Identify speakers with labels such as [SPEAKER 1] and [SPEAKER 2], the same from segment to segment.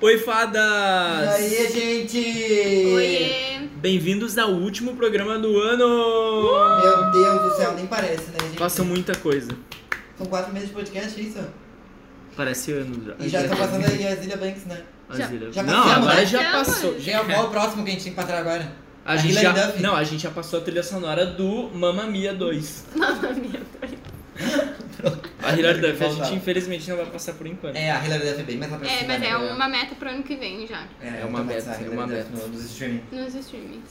[SPEAKER 1] Oi,
[SPEAKER 2] E
[SPEAKER 1] fadas!
[SPEAKER 2] aí, gente?
[SPEAKER 3] Oiê!
[SPEAKER 1] Bem-vindos ao último programa do ano!
[SPEAKER 2] Meu Deus do céu, nem parece, né, gente?
[SPEAKER 1] Passa um- muita coisa.
[SPEAKER 2] São quatro meses de podcast, é isso?
[SPEAKER 1] Parece anos já.
[SPEAKER 2] E já tá passando aí a Zilia Banks, né?
[SPEAKER 3] Já-
[SPEAKER 1] Azira.
[SPEAKER 2] já
[SPEAKER 1] não,
[SPEAKER 2] passamos,
[SPEAKER 1] agora
[SPEAKER 2] né?
[SPEAKER 1] já
[SPEAKER 3] Já,
[SPEAKER 1] passou.
[SPEAKER 3] mano.
[SPEAKER 2] Já é o próximo que a gente tem que passar agora.
[SPEAKER 1] A gente
[SPEAKER 2] Hilary
[SPEAKER 1] já,
[SPEAKER 2] Duff.
[SPEAKER 1] não, a gente já passou a trilha sonora do Mamma Mia 2.
[SPEAKER 3] Mamma mia, dois.
[SPEAKER 1] A Hilary Duff, a
[SPEAKER 2] Faltava.
[SPEAKER 1] gente infelizmente não vai passar por enquanto.
[SPEAKER 2] É, a Hilary Duff é bem mais pra
[SPEAKER 3] É,
[SPEAKER 2] cima,
[SPEAKER 3] mas
[SPEAKER 2] né?
[SPEAKER 3] é uma meta pro ano que vem já,
[SPEAKER 1] É uma
[SPEAKER 2] então
[SPEAKER 1] meta,
[SPEAKER 2] passar a
[SPEAKER 1] é
[SPEAKER 2] Hilary
[SPEAKER 1] uma
[SPEAKER 2] Duff
[SPEAKER 1] meta.
[SPEAKER 2] no- Nos streaming.
[SPEAKER 3] nos streamings.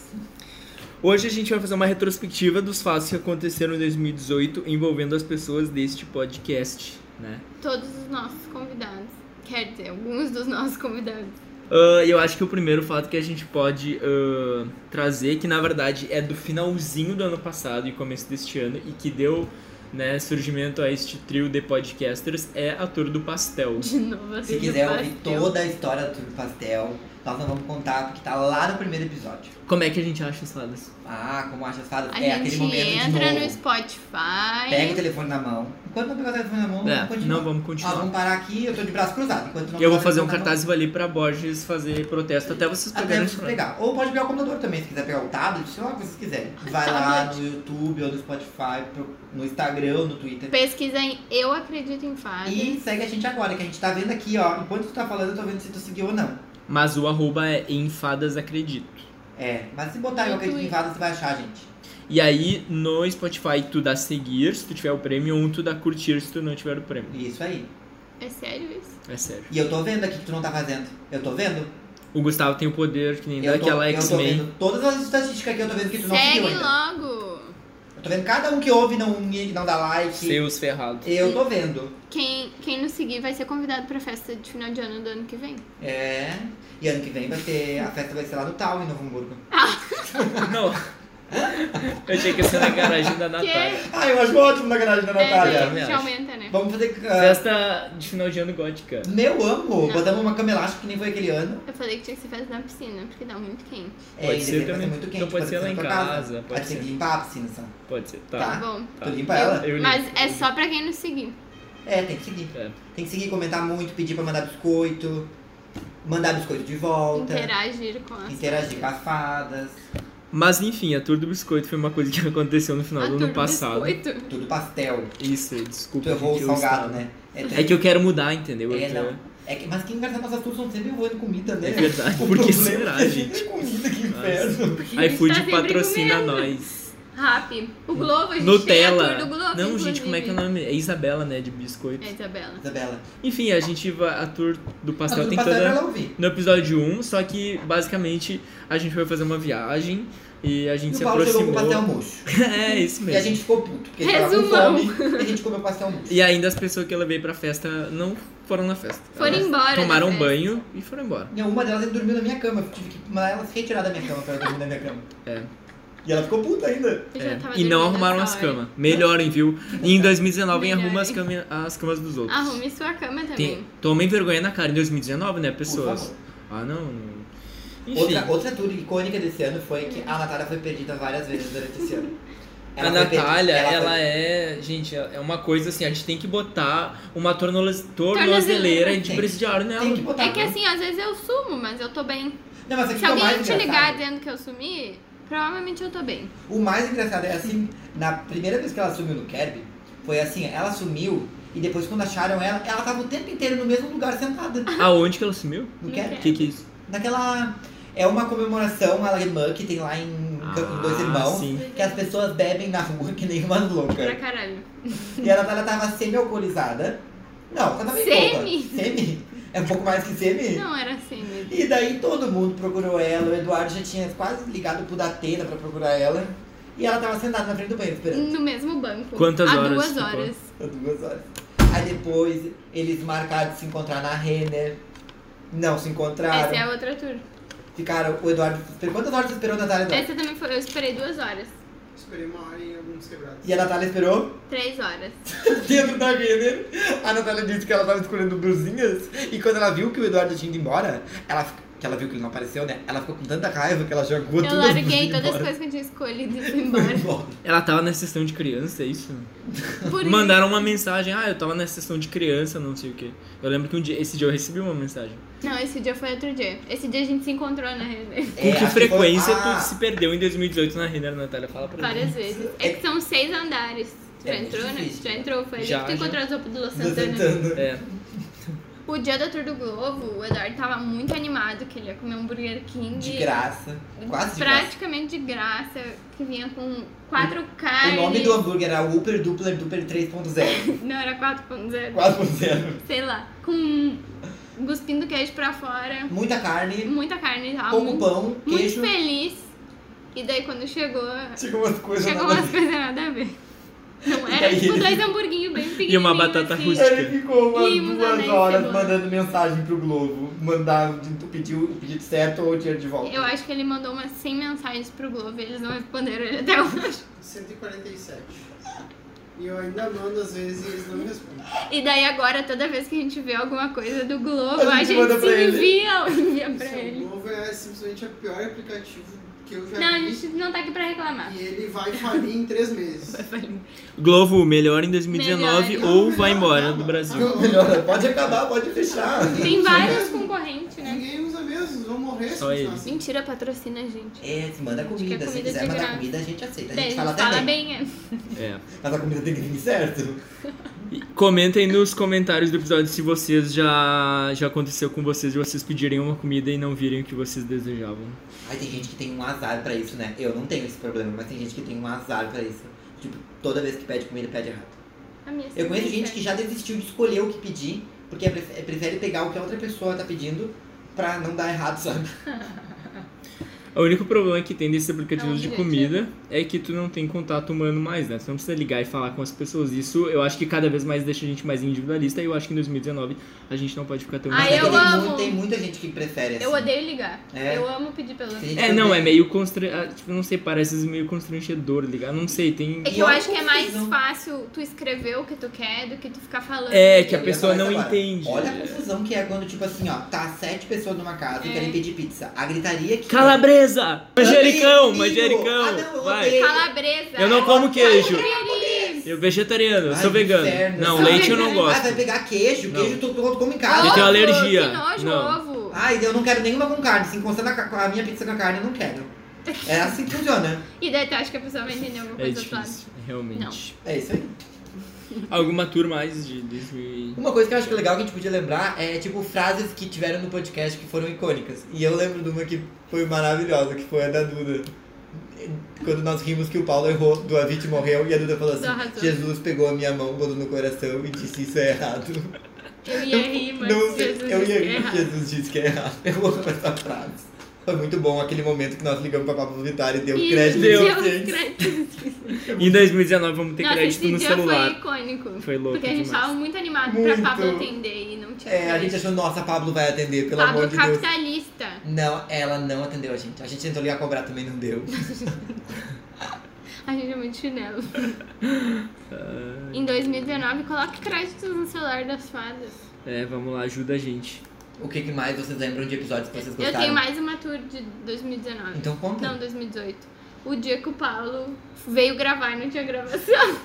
[SPEAKER 1] Hoje a gente vai fazer uma retrospectiva dos fatos que aconteceram em 2018 envolvendo as pessoas deste podcast, né?
[SPEAKER 3] Todos os nossos convidados. Quer dizer, alguns dos nossos convidados.
[SPEAKER 1] Ah, eu acho que o primeiro fato que a gente pode ah, trazer, que na verdade é do finalzinho do ano passado e começo deste ano, e que deu né, surgimento a este trio de podcasters, é a Tour do Pastel.
[SPEAKER 3] De novo, assim,
[SPEAKER 2] Se quiser
[SPEAKER 3] do
[SPEAKER 2] ouvir
[SPEAKER 3] pastel.
[SPEAKER 2] toda a história do Turbo Pastel, nós não vamos contar, porque tá lá no primeiro episódio.
[SPEAKER 1] Como é que a gente acha as fadas?
[SPEAKER 2] Ah, como acha as fadas?
[SPEAKER 3] A
[SPEAKER 2] é aquele
[SPEAKER 3] gente
[SPEAKER 2] momento
[SPEAKER 3] entra
[SPEAKER 2] de novo.
[SPEAKER 3] no Spotify.
[SPEAKER 2] Pega o telefone na mão. Enquanto não pegar o telefone na mão,
[SPEAKER 1] É, não,
[SPEAKER 2] vamos continuar.
[SPEAKER 1] vamos
[SPEAKER 2] Ah,
[SPEAKER 1] continuar.
[SPEAKER 2] vamos parar aqui, eu tô de braço cruzado. Enquanto não
[SPEAKER 1] Eu vou
[SPEAKER 2] pegar o
[SPEAKER 1] fazer um
[SPEAKER 2] telefone na mão.
[SPEAKER 1] cartaz ali pra Borges fazer protesto até vocês
[SPEAKER 2] Até
[SPEAKER 1] pegarem
[SPEAKER 2] você pegar. Ou pode pegar o computador também, se quiser pegar o tablet, sei lá o que vocês quiserem. Vai lá no YouTube ou no Spotify, pro- no Instagram, ou no Twitter.
[SPEAKER 3] Pesquisa em Eu Acredito em Fadas.
[SPEAKER 2] E segue a gente agora, que a gente tá vendo aqui, ó. Enquanto tu tá falando, eu tô vendo se tu seguiu ou não.
[SPEAKER 1] Mas o arroba é em fadas acredito.
[SPEAKER 2] É, mas se botar
[SPEAKER 3] No
[SPEAKER 2] eu acredito em
[SPEAKER 3] Twitter.
[SPEAKER 2] vaga, você vai achar, gente.
[SPEAKER 1] E aí no Spotify tu dá seguir se tu tiver o prêmio ou tu dá curtir se tu não tiver o prêmio.
[SPEAKER 2] Isso aí.
[SPEAKER 3] É sério isso?
[SPEAKER 1] É sério.
[SPEAKER 2] E eu tô vendo aqui que tu não tá fazendo. Eu tô vendo.
[SPEAKER 1] O Gustavo tem o poder é que nem
[SPEAKER 2] Eu tô,
[SPEAKER 1] daquela
[SPEAKER 2] eu tô
[SPEAKER 1] X-Men.
[SPEAKER 2] vendo todas as estatísticas que eu tô vendo que tu não seguiu
[SPEAKER 3] Segue
[SPEAKER 2] ainda.
[SPEAKER 3] logo!
[SPEAKER 2] Eu tô vendo cada um que ouve, não, não dá like.
[SPEAKER 1] Seus ferrados.
[SPEAKER 2] Eu tô vendo.
[SPEAKER 3] Quem, quem nos seguir vai ser convidado pra festa de final de ano do ano que vem.
[SPEAKER 2] É. E ano que vem vai ter. A festa vai ser lá no Tal, em Novo Hamburgo.
[SPEAKER 1] Não. Eu achei que ia ser na garagem da Natália.
[SPEAKER 2] Ah, eu acho ótimo na garagem da
[SPEAKER 3] é,
[SPEAKER 2] Natália.
[SPEAKER 1] também
[SPEAKER 3] né,
[SPEAKER 1] acho.
[SPEAKER 3] já aumenta, né?
[SPEAKER 2] Vamos fazer. ah,
[SPEAKER 1] Festa de final de ano gótica.
[SPEAKER 2] meu amo! Botamos uma cama elástica que nem foi aquele ano.
[SPEAKER 3] Eu falei que tinha que ser festa na piscina, porque dá muito quente.
[SPEAKER 2] é,
[SPEAKER 1] Pode
[SPEAKER 2] em
[SPEAKER 1] ser
[SPEAKER 2] dezembro vai
[SPEAKER 1] também.
[SPEAKER 2] muito quente.
[SPEAKER 1] Então pode ser lá
[SPEAKER 2] na
[SPEAKER 1] em
[SPEAKER 2] tua
[SPEAKER 1] casa,
[SPEAKER 2] Aí
[SPEAKER 1] pode
[SPEAKER 2] tem que
[SPEAKER 1] ser.
[SPEAKER 2] limpar a piscina, só.
[SPEAKER 1] Pode ser,
[SPEAKER 3] Tá
[SPEAKER 1] tá.
[SPEAKER 3] bom.
[SPEAKER 1] Tá.
[SPEAKER 2] Tu limpa ela?
[SPEAKER 1] Eu
[SPEAKER 3] Mas
[SPEAKER 1] limpo,
[SPEAKER 3] é
[SPEAKER 1] eu limpo.
[SPEAKER 3] só pra quem nos seguir.
[SPEAKER 2] É, tem que seguir.
[SPEAKER 1] É.
[SPEAKER 2] Tem que seguir, comentar muito, pedir pra mandar biscoito. Mandar biscoito de volta.
[SPEAKER 3] Interagir com as
[SPEAKER 2] Interagir com as fadas.
[SPEAKER 1] Mas enfim, a Tour do Biscoito foi uma coisa que aconteceu no final
[SPEAKER 3] Ah,
[SPEAKER 1] do
[SPEAKER 3] tudo
[SPEAKER 1] ano passado.
[SPEAKER 3] biscoito.
[SPEAKER 2] Tudo pastel.
[SPEAKER 1] Isso,
[SPEAKER 2] Tu
[SPEAKER 1] desculpa.
[SPEAKER 2] errou
[SPEAKER 1] gente,
[SPEAKER 2] o
[SPEAKER 1] eu
[SPEAKER 2] salgado,
[SPEAKER 1] estava-
[SPEAKER 2] né? É,
[SPEAKER 1] É que eu quero mudar, entendeu?
[SPEAKER 2] É,
[SPEAKER 1] Eu
[SPEAKER 2] não.
[SPEAKER 1] quero-
[SPEAKER 2] É que, mas que engraçado, nossas tuas são sempre envolvendo comida, né?
[SPEAKER 1] É verdade.
[SPEAKER 2] O
[SPEAKER 1] Por que
[SPEAKER 2] problema
[SPEAKER 1] será,
[SPEAKER 2] é que
[SPEAKER 1] gente?
[SPEAKER 2] tem comida, que
[SPEAKER 1] Nossa.
[SPEAKER 2] inferno.
[SPEAKER 1] iFood
[SPEAKER 3] Tá sempre
[SPEAKER 1] patrocina
[SPEAKER 3] comendo.
[SPEAKER 1] nós.
[SPEAKER 3] Rap. O Globo, é a gente tem a
[SPEAKER 1] Nutella.
[SPEAKER 3] tour do Globo.
[SPEAKER 1] Não, gente, como é que é o
[SPEAKER 3] não.
[SPEAKER 1] nome? É Isabela, né? De biscoito.
[SPEAKER 3] É Isabela.
[SPEAKER 2] Isabela.
[SPEAKER 1] Enfim, a gente vai. A Tour do
[SPEAKER 2] Mas
[SPEAKER 1] Pastel
[SPEAKER 2] tudo
[SPEAKER 1] tem
[SPEAKER 2] pastel
[SPEAKER 1] toda.
[SPEAKER 2] é pra ela ouvir.
[SPEAKER 1] no episódio 1, só que basicamente a gente foi fazer uma viagem e a gente
[SPEAKER 2] E o
[SPEAKER 1] se
[SPEAKER 2] Paulo chegou com
[SPEAKER 1] aproximou.
[SPEAKER 2] pastel murcho.
[SPEAKER 1] é isso
[SPEAKER 2] E a
[SPEAKER 1] mesmo. E,
[SPEAKER 2] gente ficou puto, porque ele tava com
[SPEAKER 3] Resumão.
[SPEAKER 2] fome e a gente comeu pastel murcho.
[SPEAKER 1] ainda as pessoas que eu levei pra festa não foram na festa.
[SPEAKER 3] Foram
[SPEAKER 1] Elas
[SPEAKER 3] embora da
[SPEAKER 1] Tomaram
[SPEAKER 3] festa.
[SPEAKER 1] banho e foram embora.
[SPEAKER 2] E uma delas ele dormiu na minha cama. Eu tive que mandar ela se retirar da minha cama pra ela dormir na minha cama.
[SPEAKER 1] É.
[SPEAKER 2] E ela ficou puta ainda.
[SPEAKER 3] Eu
[SPEAKER 1] É.
[SPEAKER 3] já tava
[SPEAKER 1] E não
[SPEAKER 3] dormindo
[SPEAKER 1] arrumaram
[SPEAKER 3] essa
[SPEAKER 1] as
[SPEAKER 3] hora.
[SPEAKER 1] camas. Melhorem, viu? E em 2019
[SPEAKER 3] Melhorem.
[SPEAKER 1] arruma as, cama- as camas dos outros.
[SPEAKER 3] Arrume sua cama também.
[SPEAKER 1] Tem, tomem vergonha na cara em 2019, né,
[SPEAKER 2] Por
[SPEAKER 1] pessoas?
[SPEAKER 2] favor.
[SPEAKER 1] Ah, não. não. Enfim.
[SPEAKER 2] Outra, outra tour icônica desse ano foi que a Natália foi perdida várias vezes durante esse ano.
[SPEAKER 1] A
[SPEAKER 2] foi perdida.
[SPEAKER 1] Natália, ela,
[SPEAKER 2] foi-
[SPEAKER 1] é. Gente, é uma coisa assim, a gente tem que botar uma tornozele- tornozeleira de
[SPEAKER 2] Tem.
[SPEAKER 1] presidiário nela.
[SPEAKER 2] Tem que botar.
[SPEAKER 3] É que assim, às vezes eu sumo, mas eu tô bem.
[SPEAKER 2] Não, mas sabe o
[SPEAKER 3] Se
[SPEAKER 2] que é o mais
[SPEAKER 3] alguém te
[SPEAKER 2] engraçado?
[SPEAKER 3] ligar né? dizendo que eu sumi, provavelmente eu tô bem.
[SPEAKER 2] O mais engraçado é assim, na primeira vez que ela sumiu no Kirby, foi assim, ela sumiu e depois quando acharam ela, ela tava o tempo inteiro no mesmo lugar sentada.
[SPEAKER 1] Aonde que ela sumiu?
[SPEAKER 2] No
[SPEAKER 3] No
[SPEAKER 2] Kirby.
[SPEAKER 1] O que, que é isso?
[SPEAKER 2] Naquela. É uma comemoração alemã que tem lá em, em Dois
[SPEAKER 1] Ah,
[SPEAKER 2] Irmãos.
[SPEAKER 1] Sim.
[SPEAKER 2] Que as pessoas bebem na rua que nem umas
[SPEAKER 3] Pra
[SPEAKER 2] loucas.
[SPEAKER 3] caralho.
[SPEAKER 2] E a Natália tava semi-alcoolizada. Não, ela tava meio
[SPEAKER 3] Semi?
[SPEAKER 2] louca. Semi? É um pouco mais que semi?
[SPEAKER 3] Não era assim mesmo.
[SPEAKER 2] E daí todo mundo procurou ela. O Eduardo já tinha quase ligado pro Datena pra procurar ela. E ela tava sentada na frente do banheiro esperando.
[SPEAKER 3] No mesmo banco.
[SPEAKER 1] Quantas
[SPEAKER 3] Há
[SPEAKER 1] horas
[SPEAKER 3] duas
[SPEAKER 1] ficou?
[SPEAKER 3] horas.
[SPEAKER 2] Há duas horas. Aí depois eles marcaram de se encontrar na Renner. Não se encontraram.
[SPEAKER 3] Essa é a outra tour.
[SPEAKER 2] Ficaram. O Eduardo. Quantas horas você esperou a Natália? Eduardo?
[SPEAKER 3] Essa também foi. Eu esperei duas horas.
[SPEAKER 4] Esperei uma hora e alguns quebrados.
[SPEAKER 2] E a Natália esperou?
[SPEAKER 3] Três horas.
[SPEAKER 2] dentro da Renner. A Natália disse que ela tava escolhendo brusinhas e quando ela viu que o Eduardo tinha ido embora, ela, que ela viu que ele não apareceu, né? Ela ficou com tanta raiva que ela jogou
[SPEAKER 3] Eu
[SPEAKER 2] tudo.
[SPEAKER 3] larguei todas as coisas que eu tinha escolhido e fui embora.
[SPEAKER 1] Ela tava na sessão de criança, é isso?
[SPEAKER 3] Por
[SPEAKER 1] Mandaram uma mensagem, ah, eu tava na sessão de criança, não sei o quê. Eu lembro que um dia, esse dia eu recebi uma mensagem.
[SPEAKER 3] Não, esse dia foi outro dia. Esse dia a gente se encontrou na realidade
[SPEAKER 2] É,
[SPEAKER 1] Com É, que Ah. frequência tu se perdeu em 2018 na Renner, Natália? Fala pra mim.
[SPEAKER 3] várias vezes. É que são seis andares. Tu
[SPEAKER 2] É,
[SPEAKER 3] entrou, né?
[SPEAKER 2] difícil.
[SPEAKER 3] Tu já entrou, foi ali
[SPEAKER 1] Já,
[SPEAKER 3] que tu
[SPEAKER 1] já.
[SPEAKER 3] encontrou as roupas do Los Santana.
[SPEAKER 2] Santana.
[SPEAKER 1] É.
[SPEAKER 3] O dia da Tour do Globo, o Eduardo tava muito animado que ele ia comer um Burger King.
[SPEAKER 2] De graça. Quase de graça.
[SPEAKER 3] praticamente de graça, que vinha com quatro
[SPEAKER 2] O
[SPEAKER 3] carnes.
[SPEAKER 2] nome do hambúrguer era Uber Dupler Duper 3.0.
[SPEAKER 3] Não, era
[SPEAKER 2] 4.0.
[SPEAKER 3] 4.0. Sei lá. Com um cuspindo queijo pra fora,
[SPEAKER 2] Muita carne,
[SPEAKER 3] muita carne e tal.
[SPEAKER 2] pouco
[SPEAKER 3] Muito,
[SPEAKER 2] pão,
[SPEAKER 3] Ah, muito
[SPEAKER 2] queijo.
[SPEAKER 3] feliz. E daí quando chegou,
[SPEAKER 2] Chegou umas coisas.
[SPEAKER 3] chegou
[SPEAKER 2] nada a
[SPEAKER 3] umas
[SPEAKER 2] ver.
[SPEAKER 3] coisas nada a ver. Não
[SPEAKER 2] E
[SPEAKER 3] era
[SPEAKER 2] daí
[SPEAKER 3] tipo
[SPEAKER 2] ele-
[SPEAKER 3] dois hamburguinhos bem pequenininhos.
[SPEAKER 1] E uma batata
[SPEAKER 3] assim.
[SPEAKER 1] rústica.
[SPEAKER 2] Ele ficou umas
[SPEAKER 3] E uns
[SPEAKER 2] duas
[SPEAKER 3] anéis
[SPEAKER 2] horas
[SPEAKER 3] chegou.
[SPEAKER 2] mandando mensagem pro Globo. Mandar, tu pediu o pedido certo ou o dinheiro de volta.
[SPEAKER 3] Eu acho que ele mandou umas 100 mensagens pro Globo e eles não responderam ele até hoje.
[SPEAKER 4] 147. E eu ainda mando às vezes e eles não me respondem.
[SPEAKER 3] E daí agora, toda vez que a gente vê alguma coisa do Globo,
[SPEAKER 2] A
[SPEAKER 3] a
[SPEAKER 2] gente
[SPEAKER 3] gente,
[SPEAKER 2] manda
[SPEAKER 3] se
[SPEAKER 2] pra ele.
[SPEAKER 3] envia, envia pra
[SPEAKER 4] Seu
[SPEAKER 3] ele.
[SPEAKER 4] novo é simplesmente o pior aplicativo que eu já
[SPEAKER 3] Não, a
[SPEAKER 4] vi.
[SPEAKER 3] gente não tá aqui pra reclamar.
[SPEAKER 4] E ele vai falir em três meses.
[SPEAKER 3] É.
[SPEAKER 1] Globo, melhor em 2019
[SPEAKER 3] Melhor.
[SPEAKER 1] ou vai embora do Brasil.
[SPEAKER 2] Não, melhor, pode acabar, pode fechar.
[SPEAKER 3] Tem vários concorrentes, né?
[SPEAKER 4] Ninguém usa mesmo, vão morrer se
[SPEAKER 1] Só
[SPEAKER 4] continuar
[SPEAKER 1] ele.
[SPEAKER 4] assim.
[SPEAKER 3] Mentira, patrocina a gente.
[SPEAKER 2] É, se manda comida.
[SPEAKER 3] Acho que é
[SPEAKER 2] Se
[SPEAKER 3] comida
[SPEAKER 2] quiser
[SPEAKER 3] de
[SPEAKER 2] mandar
[SPEAKER 3] graça.
[SPEAKER 2] comida, a gente aceita. A
[SPEAKER 3] Daí
[SPEAKER 2] gente fala até bem.
[SPEAKER 3] bem, é.
[SPEAKER 1] É.
[SPEAKER 2] Mas a comida tem que vir certo.
[SPEAKER 1] E comentem nos comentários do episódio se vocês já, já aconteceu com vocês de vocês pedirem uma comida e não virem o que vocês desejavam.
[SPEAKER 2] Ai, tem gente que tem um azar pra isso, né? Eu não tenho esse problema, mas tem gente que tem um azar pra isso. Tipo, toda vez que pede comida, pede errado.
[SPEAKER 3] A minha
[SPEAKER 2] Eu conheço
[SPEAKER 3] sim, é.
[SPEAKER 2] gente que já desistiu de escolher o que pedir, porque é pre- prefere pegar o que a outra pessoa tá pedindo pra não dar errado, sabe?
[SPEAKER 1] O único problema que tem desses
[SPEAKER 3] É um
[SPEAKER 1] aplicativos de
[SPEAKER 3] objetivo.
[SPEAKER 1] comida é que tu não tem contato humano mais, né? Tu não precisa ligar e falar com as pessoas. Isso eu acho que cada vez mais deixa a gente mais individualista e eu acho que em 2019 a gente não pode ficar tão
[SPEAKER 3] Ah,
[SPEAKER 2] Mas é que
[SPEAKER 3] eu
[SPEAKER 2] tem,
[SPEAKER 1] individualista.
[SPEAKER 3] amo.
[SPEAKER 2] mu- tem muita gente que prefere assim.
[SPEAKER 3] Eu odeio ligar.
[SPEAKER 2] É.
[SPEAKER 3] Eu amo pedir pelo.
[SPEAKER 2] Tem gente
[SPEAKER 1] É,
[SPEAKER 2] que
[SPEAKER 1] não,
[SPEAKER 2] odeia.
[SPEAKER 1] é meio constrangedor. Tipo, não sei, parece meio constrangedor ligar. Não sei, tem.
[SPEAKER 3] É que
[SPEAKER 2] E
[SPEAKER 3] eu
[SPEAKER 2] olha
[SPEAKER 3] acho
[SPEAKER 2] a
[SPEAKER 3] que é mais
[SPEAKER 2] confusão.
[SPEAKER 3] fácil tu escrever o que tu quer do que tu ficar falando.
[SPEAKER 1] É, que a
[SPEAKER 2] Eu ia
[SPEAKER 1] pessoa
[SPEAKER 2] falar
[SPEAKER 1] não
[SPEAKER 2] isso agora.
[SPEAKER 1] entende.
[SPEAKER 2] Olha a confusão que é quando, tipo assim, ó, tá sete pessoas numa casa e
[SPEAKER 3] É.
[SPEAKER 2] querem pedir pizza. A gritaria que.
[SPEAKER 1] Calabresa! Manjericão!
[SPEAKER 2] Também,
[SPEAKER 1] Manjericão!
[SPEAKER 2] menino. Ah, não,
[SPEAKER 1] Vai!
[SPEAKER 2] odeio.
[SPEAKER 3] Calabresa. um
[SPEAKER 1] Eu não como queijo.
[SPEAKER 3] Queijo.
[SPEAKER 1] Eu vegetariano, eu
[SPEAKER 2] Ai,
[SPEAKER 1] sou
[SPEAKER 2] que
[SPEAKER 1] vegano.
[SPEAKER 2] inferno.
[SPEAKER 1] Não,
[SPEAKER 3] Sou
[SPEAKER 1] leite eu não
[SPEAKER 3] vegano.
[SPEAKER 2] Ah, vai
[SPEAKER 1] gosto.
[SPEAKER 2] pegar queijo,
[SPEAKER 1] Não.
[SPEAKER 2] queijo tu tu come em casa.
[SPEAKER 1] Eu tenho
[SPEAKER 3] Ovo,
[SPEAKER 1] alergia.
[SPEAKER 3] Que nojo,
[SPEAKER 1] Não.
[SPEAKER 3] ovo.
[SPEAKER 2] Ai, eu não quero nenhuma com carne. Se encostar na, ca- com a minha pizza com a carne, eu não quero. É assim que funciona.
[SPEAKER 3] E daí tu acha que a pessoa vai entender alguma
[SPEAKER 1] É
[SPEAKER 3] coisa do outro lado.
[SPEAKER 1] difícil, realmente.
[SPEAKER 2] É isso aí.
[SPEAKER 1] Alguma tour mais de 2000
[SPEAKER 2] Uma coisa que eu acho que é legal que a gente podia lembrar é, tipo, frases que tiveram no podcast que foram icônicas. E eu lembro de uma que foi maravilhosa, que foi a da Duda. Quando nós rimos que o Paulo errou, do Avit morreu, e a Duda falou assim:
[SPEAKER 3] Dá razão.
[SPEAKER 2] Jesus pegou a minha mão, botou no coração e disse isso é errado.
[SPEAKER 3] Eu ia rir, mas
[SPEAKER 2] não,
[SPEAKER 3] Jesus
[SPEAKER 2] eu ia
[SPEAKER 3] disse
[SPEAKER 2] rir,
[SPEAKER 3] errado.
[SPEAKER 2] Jesus disse que é errado. Eu amo essa frase. Foi muito bom aquele momento que nós ligamos pra Pablo Vittar e deu
[SPEAKER 3] E
[SPEAKER 2] crédito.
[SPEAKER 1] deu
[SPEAKER 2] pra
[SPEAKER 3] Deus,
[SPEAKER 2] gente.
[SPEAKER 3] crédito.
[SPEAKER 2] é
[SPEAKER 1] Em 2019 vamos ter
[SPEAKER 3] Nossa,
[SPEAKER 1] crédito
[SPEAKER 3] esse é
[SPEAKER 1] no
[SPEAKER 3] dia
[SPEAKER 1] celular.
[SPEAKER 3] foi icônico.
[SPEAKER 1] Foi louco
[SPEAKER 3] Porque a gente
[SPEAKER 1] demais.
[SPEAKER 3] tava muito animado
[SPEAKER 2] Muito.
[SPEAKER 3] pra Pablo atender e não tinha.
[SPEAKER 2] É, a gente
[SPEAKER 3] crédito.
[SPEAKER 2] achou, nossa, a Pablo vai atender, pelo
[SPEAKER 3] Pablo
[SPEAKER 2] amor de Deus.
[SPEAKER 3] capitalista.
[SPEAKER 2] Não, ela não atendeu a gente. A gente tentou ligar cobrar também, não deu.
[SPEAKER 3] A gente é muito chinelo. em 2019, coloque créditos no celular das fadas.
[SPEAKER 1] É, vamos lá, ajuda a gente.
[SPEAKER 2] O que, que mais vocês lembram de episódios que vocês
[SPEAKER 3] Eu
[SPEAKER 2] gostaram?
[SPEAKER 3] tenho mais uma tour de 2019.
[SPEAKER 2] Então conta.
[SPEAKER 3] Não, 2018. O dia que o Paulo veio gravar e não tinha gravação.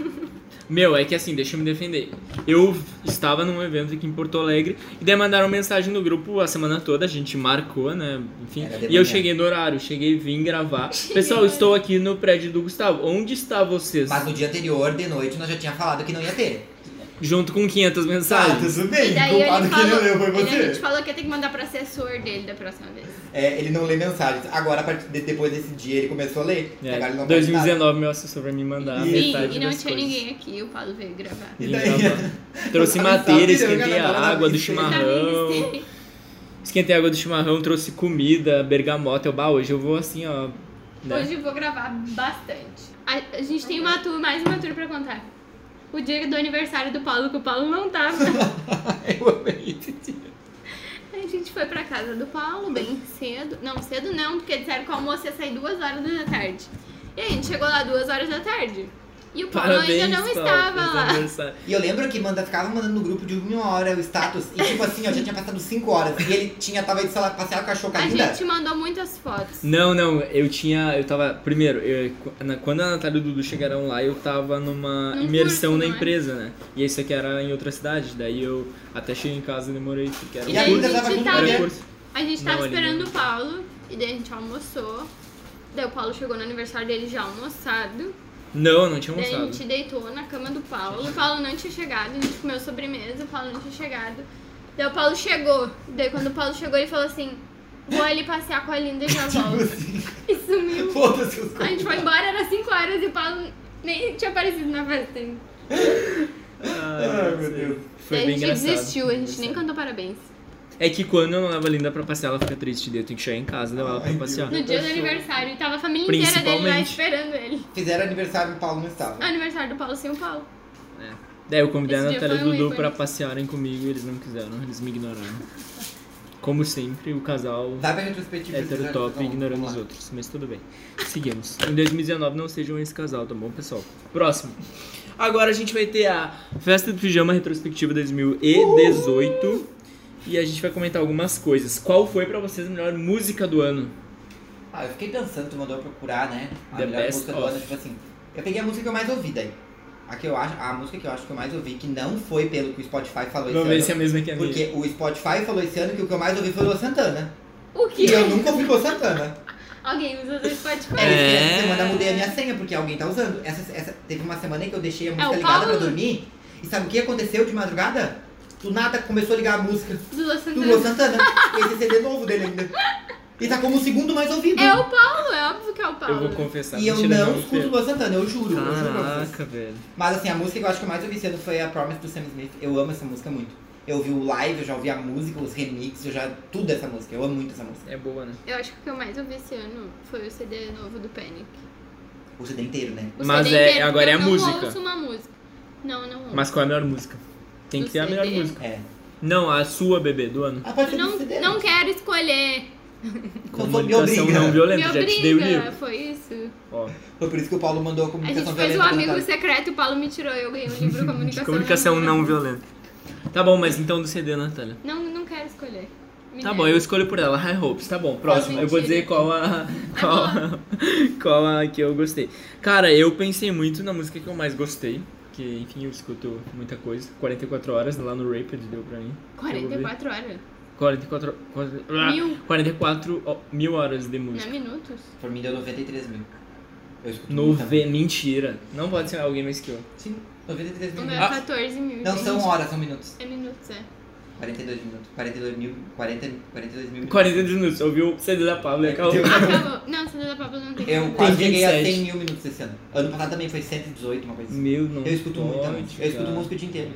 [SPEAKER 1] Meu, é que assim, deixa eu me defender. Eu estava num evento aqui em Porto Alegre e daí mandaram mensagem no grupo a semana toda, a gente marcou, né? Enfim.
[SPEAKER 2] Era de
[SPEAKER 1] E eu
[SPEAKER 2] manhã.
[SPEAKER 1] cheguei no horário, cheguei vim gravar. Pessoal, estou aqui no prédio do Gustavo. Onde está vocês?
[SPEAKER 2] Mas no dia anterior, de noite, nós já tinha falado que não ia ter.
[SPEAKER 1] Junto com 500 mensagens.
[SPEAKER 2] tudo
[SPEAKER 3] E daí ele falou.
[SPEAKER 2] leu
[SPEAKER 3] ele- a gente falou que ia ter que mandar pro assessor dele da próxima vez.
[SPEAKER 2] É, ele não lê mensagens. Agora, a partir de- depois desse dia, ele começou a ler.
[SPEAKER 1] É,
[SPEAKER 2] Agora ele não faz nada.
[SPEAKER 1] 2019 meu assessor vai me mandar a
[SPEAKER 2] Sim,
[SPEAKER 3] Sim,
[SPEAKER 1] metade
[SPEAKER 3] e não
[SPEAKER 1] das coisas.
[SPEAKER 3] tinha ninguém aqui, o Paulo veio gravar.
[SPEAKER 2] E
[SPEAKER 1] Vim
[SPEAKER 2] daí?
[SPEAKER 1] gravar. Trouxe
[SPEAKER 2] Eu
[SPEAKER 1] madeira,
[SPEAKER 2] sabia,
[SPEAKER 1] esquentei
[SPEAKER 2] eu
[SPEAKER 1] a
[SPEAKER 2] era
[SPEAKER 1] água do
[SPEAKER 2] isso.
[SPEAKER 3] Tá
[SPEAKER 1] chimarrão. Esquentei a água do chimarrão, trouxe comida, bergamota. Eu, bah, hoje eu vou assim, ó. né? Uhum.
[SPEAKER 3] Hoje eu vou gravar bastante. A, a gente tem uma tour, mais uma tour pra contar. O dia do aniversário do Paulo, que o Paulo não tava.
[SPEAKER 2] Eu amei esse dia.
[SPEAKER 3] a gente foi pra casa do Paulo bem cedo. Não, cedo não, porque disseram que o almoço ia sair duas horas da tarde. E aí, a gente chegou lá duas horas da tarde. E o Paulo
[SPEAKER 1] Parabéns,
[SPEAKER 3] ainda não
[SPEAKER 1] Paulo,
[SPEAKER 3] estava
[SPEAKER 1] feliz
[SPEAKER 3] lá.
[SPEAKER 1] aniversário.
[SPEAKER 2] E eu lembro que manda, ficava mandando no grupo de uma hora o status. E tipo assim, ó, já tinha passado 5 horas. E ele tinha, tava indo, sei lá, passear com a
[SPEAKER 3] A
[SPEAKER 2] Chocalinda.
[SPEAKER 3] gente mandou muitas fotos.
[SPEAKER 1] Não, não, eu tinha. Eu tava. Primeiro, eu- na- quando a Natália e o Dudu chegaram lá, eu tava numa
[SPEAKER 3] Num
[SPEAKER 1] imersão
[SPEAKER 3] curso,
[SPEAKER 1] na
[SPEAKER 3] não é?
[SPEAKER 1] empresa, né? E isso aqui era em outra cidade, daí eu até cheguei em casa e demorei, porque era
[SPEAKER 2] E
[SPEAKER 1] um
[SPEAKER 3] daí
[SPEAKER 2] a Linda
[SPEAKER 1] curso.
[SPEAKER 2] tava
[SPEAKER 3] gente
[SPEAKER 2] junto
[SPEAKER 3] tava-
[SPEAKER 1] Era um
[SPEAKER 2] com
[SPEAKER 1] curso.
[SPEAKER 3] A gente tava
[SPEAKER 1] Não, ele
[SPEAKER 3] esperando
[SPEAKER 1] não.
[SPEAKER 3] o Paulo, e daí a gente almoçou. Daí o Paulo chegou no aniversário dele já almoçado.
[SPEAKER 1] Não, não tinha
[SPEAKER 3] Daí a
[SPEAKER 1] almoçado.
[SPEAKER 3] gente deitou na cama do Paulo. O Paulo não tinha chegado, a gente comeu sobremesa, o Paulo não tinha chegado. Daí o Paulo chegou. Daí quando o Paulo chegou, ele falou assim: vou ali passear com a Linda e
[SPEAKER 1] Tipo
[SPEAKER 3] já volto.
[SPEAKER 1] assim.
[SPEAKER 3] E sumiu.
[SPEAKER 2] Tipo assim, Foda-se os
[SPEAKER 3] A gente foi embora, era 5 horas e o Paulo nem tinha aparecido na festa ainda.
[SPEAKER 1] Ah,
[SPEAKER 2] meu Deus.
[SPEAKER 1] Foi
[SPEAKER 3] daí a
[SPEAKER 1] bem
[SPEAKER 3] gente
[SPEAKER 1] engraçado.
[SPEAKER 3] desistiu, a gente nem cantou parabéns.
[SPEAKER 1] É que quando eu não levo a Linda pra passear, ela fica triste, daí eu tenho que chegar em casa e levar ela pra
[SPEAKER 2] Ai,
[SPEAKER 1] passear.
[SPEAKER 3] No dia do
[SPEAKER 2] Passou.
[SPEAKER 3] aniversário, e tava a família inteira dele lá
[SPEAKER 1] Principalmente.
[SPEAKER 3] esperando ele.
[SPEAKER 2] Fizeram aniversário e o Paulo não estava.
[SPEAKER 3] Aniversário do Paulo sem o Paulo.
[SPEAKER 1] É. Daí eu convidei
[SPEAKER 3] Esse
[SPEAKER 1] a
[SPEAKER 3] dia
[SPEAKER 1] Natália e
[SPEAKER 3] foi
[SPEAKER 1] o
[SPEAKER 3] um
[SPEAKER 1] Dudu
[SPEAKER 3] ícone.
[SPEAKER 1] pra passearem comigo e eles não quiseram, eles me ignoraram. Como sempre, o casal
[SPEAKER 2] Sabe a retrospectiva?
[SPEAKER 1] hétero
[SPEAKER 2] fizeram-
[SPEAKER 1] top
[SPEAKER 2] Vamos,
[SPEAKER 1] ignorando
[SPEAKER 2] vamos
[SPEAKER 1] os
[SPEAKER 2] lá.
[SPEAKER 1] outros, mas tudo bem. Seguimos. Em 2019 não sejam esse casal, tá bom, pessoal? Próximo. Agora a gente vai ter a Festa do Pijama Retrospectiva 2018 e a gente vai comentar algumas coisas. Qual foi pra vocês a melhor música do ano?
[SPEAKER 2] Ah, eu fiquei pensando, tu mandou eu procurar, né? A
[SPEAKER 1] The
[SPEAKER 2] melhor
[SPEAKER 1] best
[SPEAKER 2] música do
[SPEAKER 1] of.
[SPEAKER 2] ano, tipo assim. Eu peguei a música que eu mais ouvi daí. A, que eu acho, a música que eu acho que eu mais ouvi, que não foi pelo que o Spotify falou
[SPEAKER 1] Vamos ver
[SPEAKER 2] esse
[SPEAKER 1] se é a
[SPEAKER 2] ano.
[SPEAKER 1] mesma que a minha.
[SPEAKER 2] porque o Spotify falou esse ano que o que eu mais ouvi foi Lua Santana.
[SPEAKER 3] O
[SPEAKER 2] E
[SPEAKER 3] que?
[SPEAKER 2] eu nunca ouvi Lua Santana.
[SPEAKER 3] Alguém usa o Spotify.
[SPEAKER 1] É.
[SPEAKER 2] É. Essa semana eu mudei a minha senha, porque alguém tá usando. Essa, essa, teve uma semana em que eu deixei a música
[SPEAKER 3] É, o
[SPEAKER 2] ligada pra
[SPEAKER 3] Paulo.
[SPEAKER 2] dormir. E sabe o que aconteceu de madrugada? Do nada começou a ligar a música
[SPEAKER 3] Do Lua
[SPEAKER 2] do
[SPEAKER 3] Santana.
[SPEAKER 2] Lua Santana. Esse CD novo dele ainda. E tá como o segundo mais ouvido.
[SPEAKER 3] É o Paulo, é óbvio que é o Paulo.
[SPEAKER 1] Eu vou confessar.
[SPEAKER 2] E eu
[SPEAKER 1] mentira,
[SPEAKER 2] não escuto Lua Santana, eu juro. eu juro pra vocês.
[SPEAKER 1] Tá Caraca, velho.
[SPEAKER 2] Mas assim, a música que eu acho que eu mais ouvi esse ano foi a Promise do Sam Smith. Eu amo essa música muito. Eu ouvi o live, eu já ouvi a música, os remixes, eu já. Tudo essa música. Eu amo muito essa música.
[SPEAKER 1] É boa, né?
[SPEAKER 3] Eu acho que o que eu mais ouvi esse ano foi o CD novo do Panic.
[SPEAKER 2] O CD inteiro, né?
[SPEAKER 3] O
[SPEAKER 1] Mas
[SPEAKER 3] CD
[SPEAKER 1] é-
[SPEAKER 3] inteiro,
[SPEAKER 1] agora é
[SPEAKER 3] eu
[SPEAKER 1] a
[SPEAKER 3] não
[SPEAKER 1] música.
[SPEAKER 3] Ouço uma música. Não, não ouço.
[SPEAKER 1] Mas qual é a melhor música? Tem que
[SPEAKER 3] Do
[SPEAKER 1] ser a melhor
[SPEAKER 3] CD?
[SPEAKER 1] música.
[SPEAKER 2] É.
[SPEAKER 1] Não, a sua, bebê, do ano.
[SPEAKER 2] Ah, pode ser
[SPEAKER 3] não,
[SPEAKER 2] do CD.
[SPEAKER 3] não quero escolher.
[SPEAKER 2] Não foi, me obriga.
[SPEAKER 1] não violenta,
[SPEAKER 3] Me
[SPEAKER 1] já te dei o
[SPEAKER 3] obriga.
[SPEAKER 1] livro.
[SPEAKER 3] Foi isso.
[SPEAKER 1] Ó,
[SPEAKER 2] Foi por isso que o Paulo mandou a
[SPEAKER 3] A gente
[SPEAKER 2] comunicação
[SPEAKER 3] fez um
[SPEAKER 2] violenta. pra
[SPEAKER 3] amigo
[SPEAKER 2] Natália.
[SPEAKER 3] secreto e o Paulo me tirou. Eu ganhei um livro
[SPEAKER 1] de
[SPEAKER 3] comunicação.
[SPEAKER 1] comunicação é um não violenta. Tá bom, mas então do CD, Natália.
[SPEAKER 3] Não, não quero escolher. Me
[SPEAKER 1] Tá
[SPEAKER 3] nega.
[SPEAKER 1] bom, eu escolho por ela, High Hopes. Tá bom, próximo. Eu vou dizer qual a. Qual a, qual a que eu gostei. Cara, eu pensei muito na música que eu mais gostei. Que, enfim, eu escuto muita coisa. 44 horas lá no Rapid deu pra mim.
[SPEAKER 3] 44 horas.
[SPEAKER 1] 44. 44,
[SPEAKER 3] Mil.
[SPEAKER 1] 44 ó, mil horas de
[SPEAKER 3] Não é
[SPEAKER 1] música.
[SPEAKER 3] minutos?
[SPEAKER 2] Por mim deu 93 mil. Eu escuto muito
[SPEAKER 1] Nove... Mentira. Não pode ser alguém mais que eu.
[SPEAKER 2] também. Sim, 93
[SPEAKER 3] O
[SPEAKER 2] mil.
[SPEAKER 3] meu é
[SPEAKER 1] Ah.
[SPEAKER 3] 14 mil.
[SPEAKER 2] Não
[SPEAKER 3] gente.
[SPEAKER 2] são horas, são minutos.
[SPEAKER 3] É minutos, é.
[SPEAKER 2] 42 minutos. 42 mil. 40, 42 mil.
[SPEAKER 1] 42 minutos. Ouviu o CD da Pablo e acabou.
[SPEAKER 2] Deu-
[SPEAKER 3] Acabou. Não, CD da Pablo não tem.
[SPEAKER 2] Eu quase cheguei a
[SPEAKER 1] 27.
[SPEAKER 2] 100 mil minutos esse ano. Ano passado também foi 118, uma coisa assim.
[SPEAKER 1] Meu, não.
[SPEAKER 2] Eu escuto muita
[SPEAKER 1] pode,
[SPEAKER 2] música. Eu escuto
[SPEAKER 1] cara.
[SPEAKER 2] música o dia inteiro.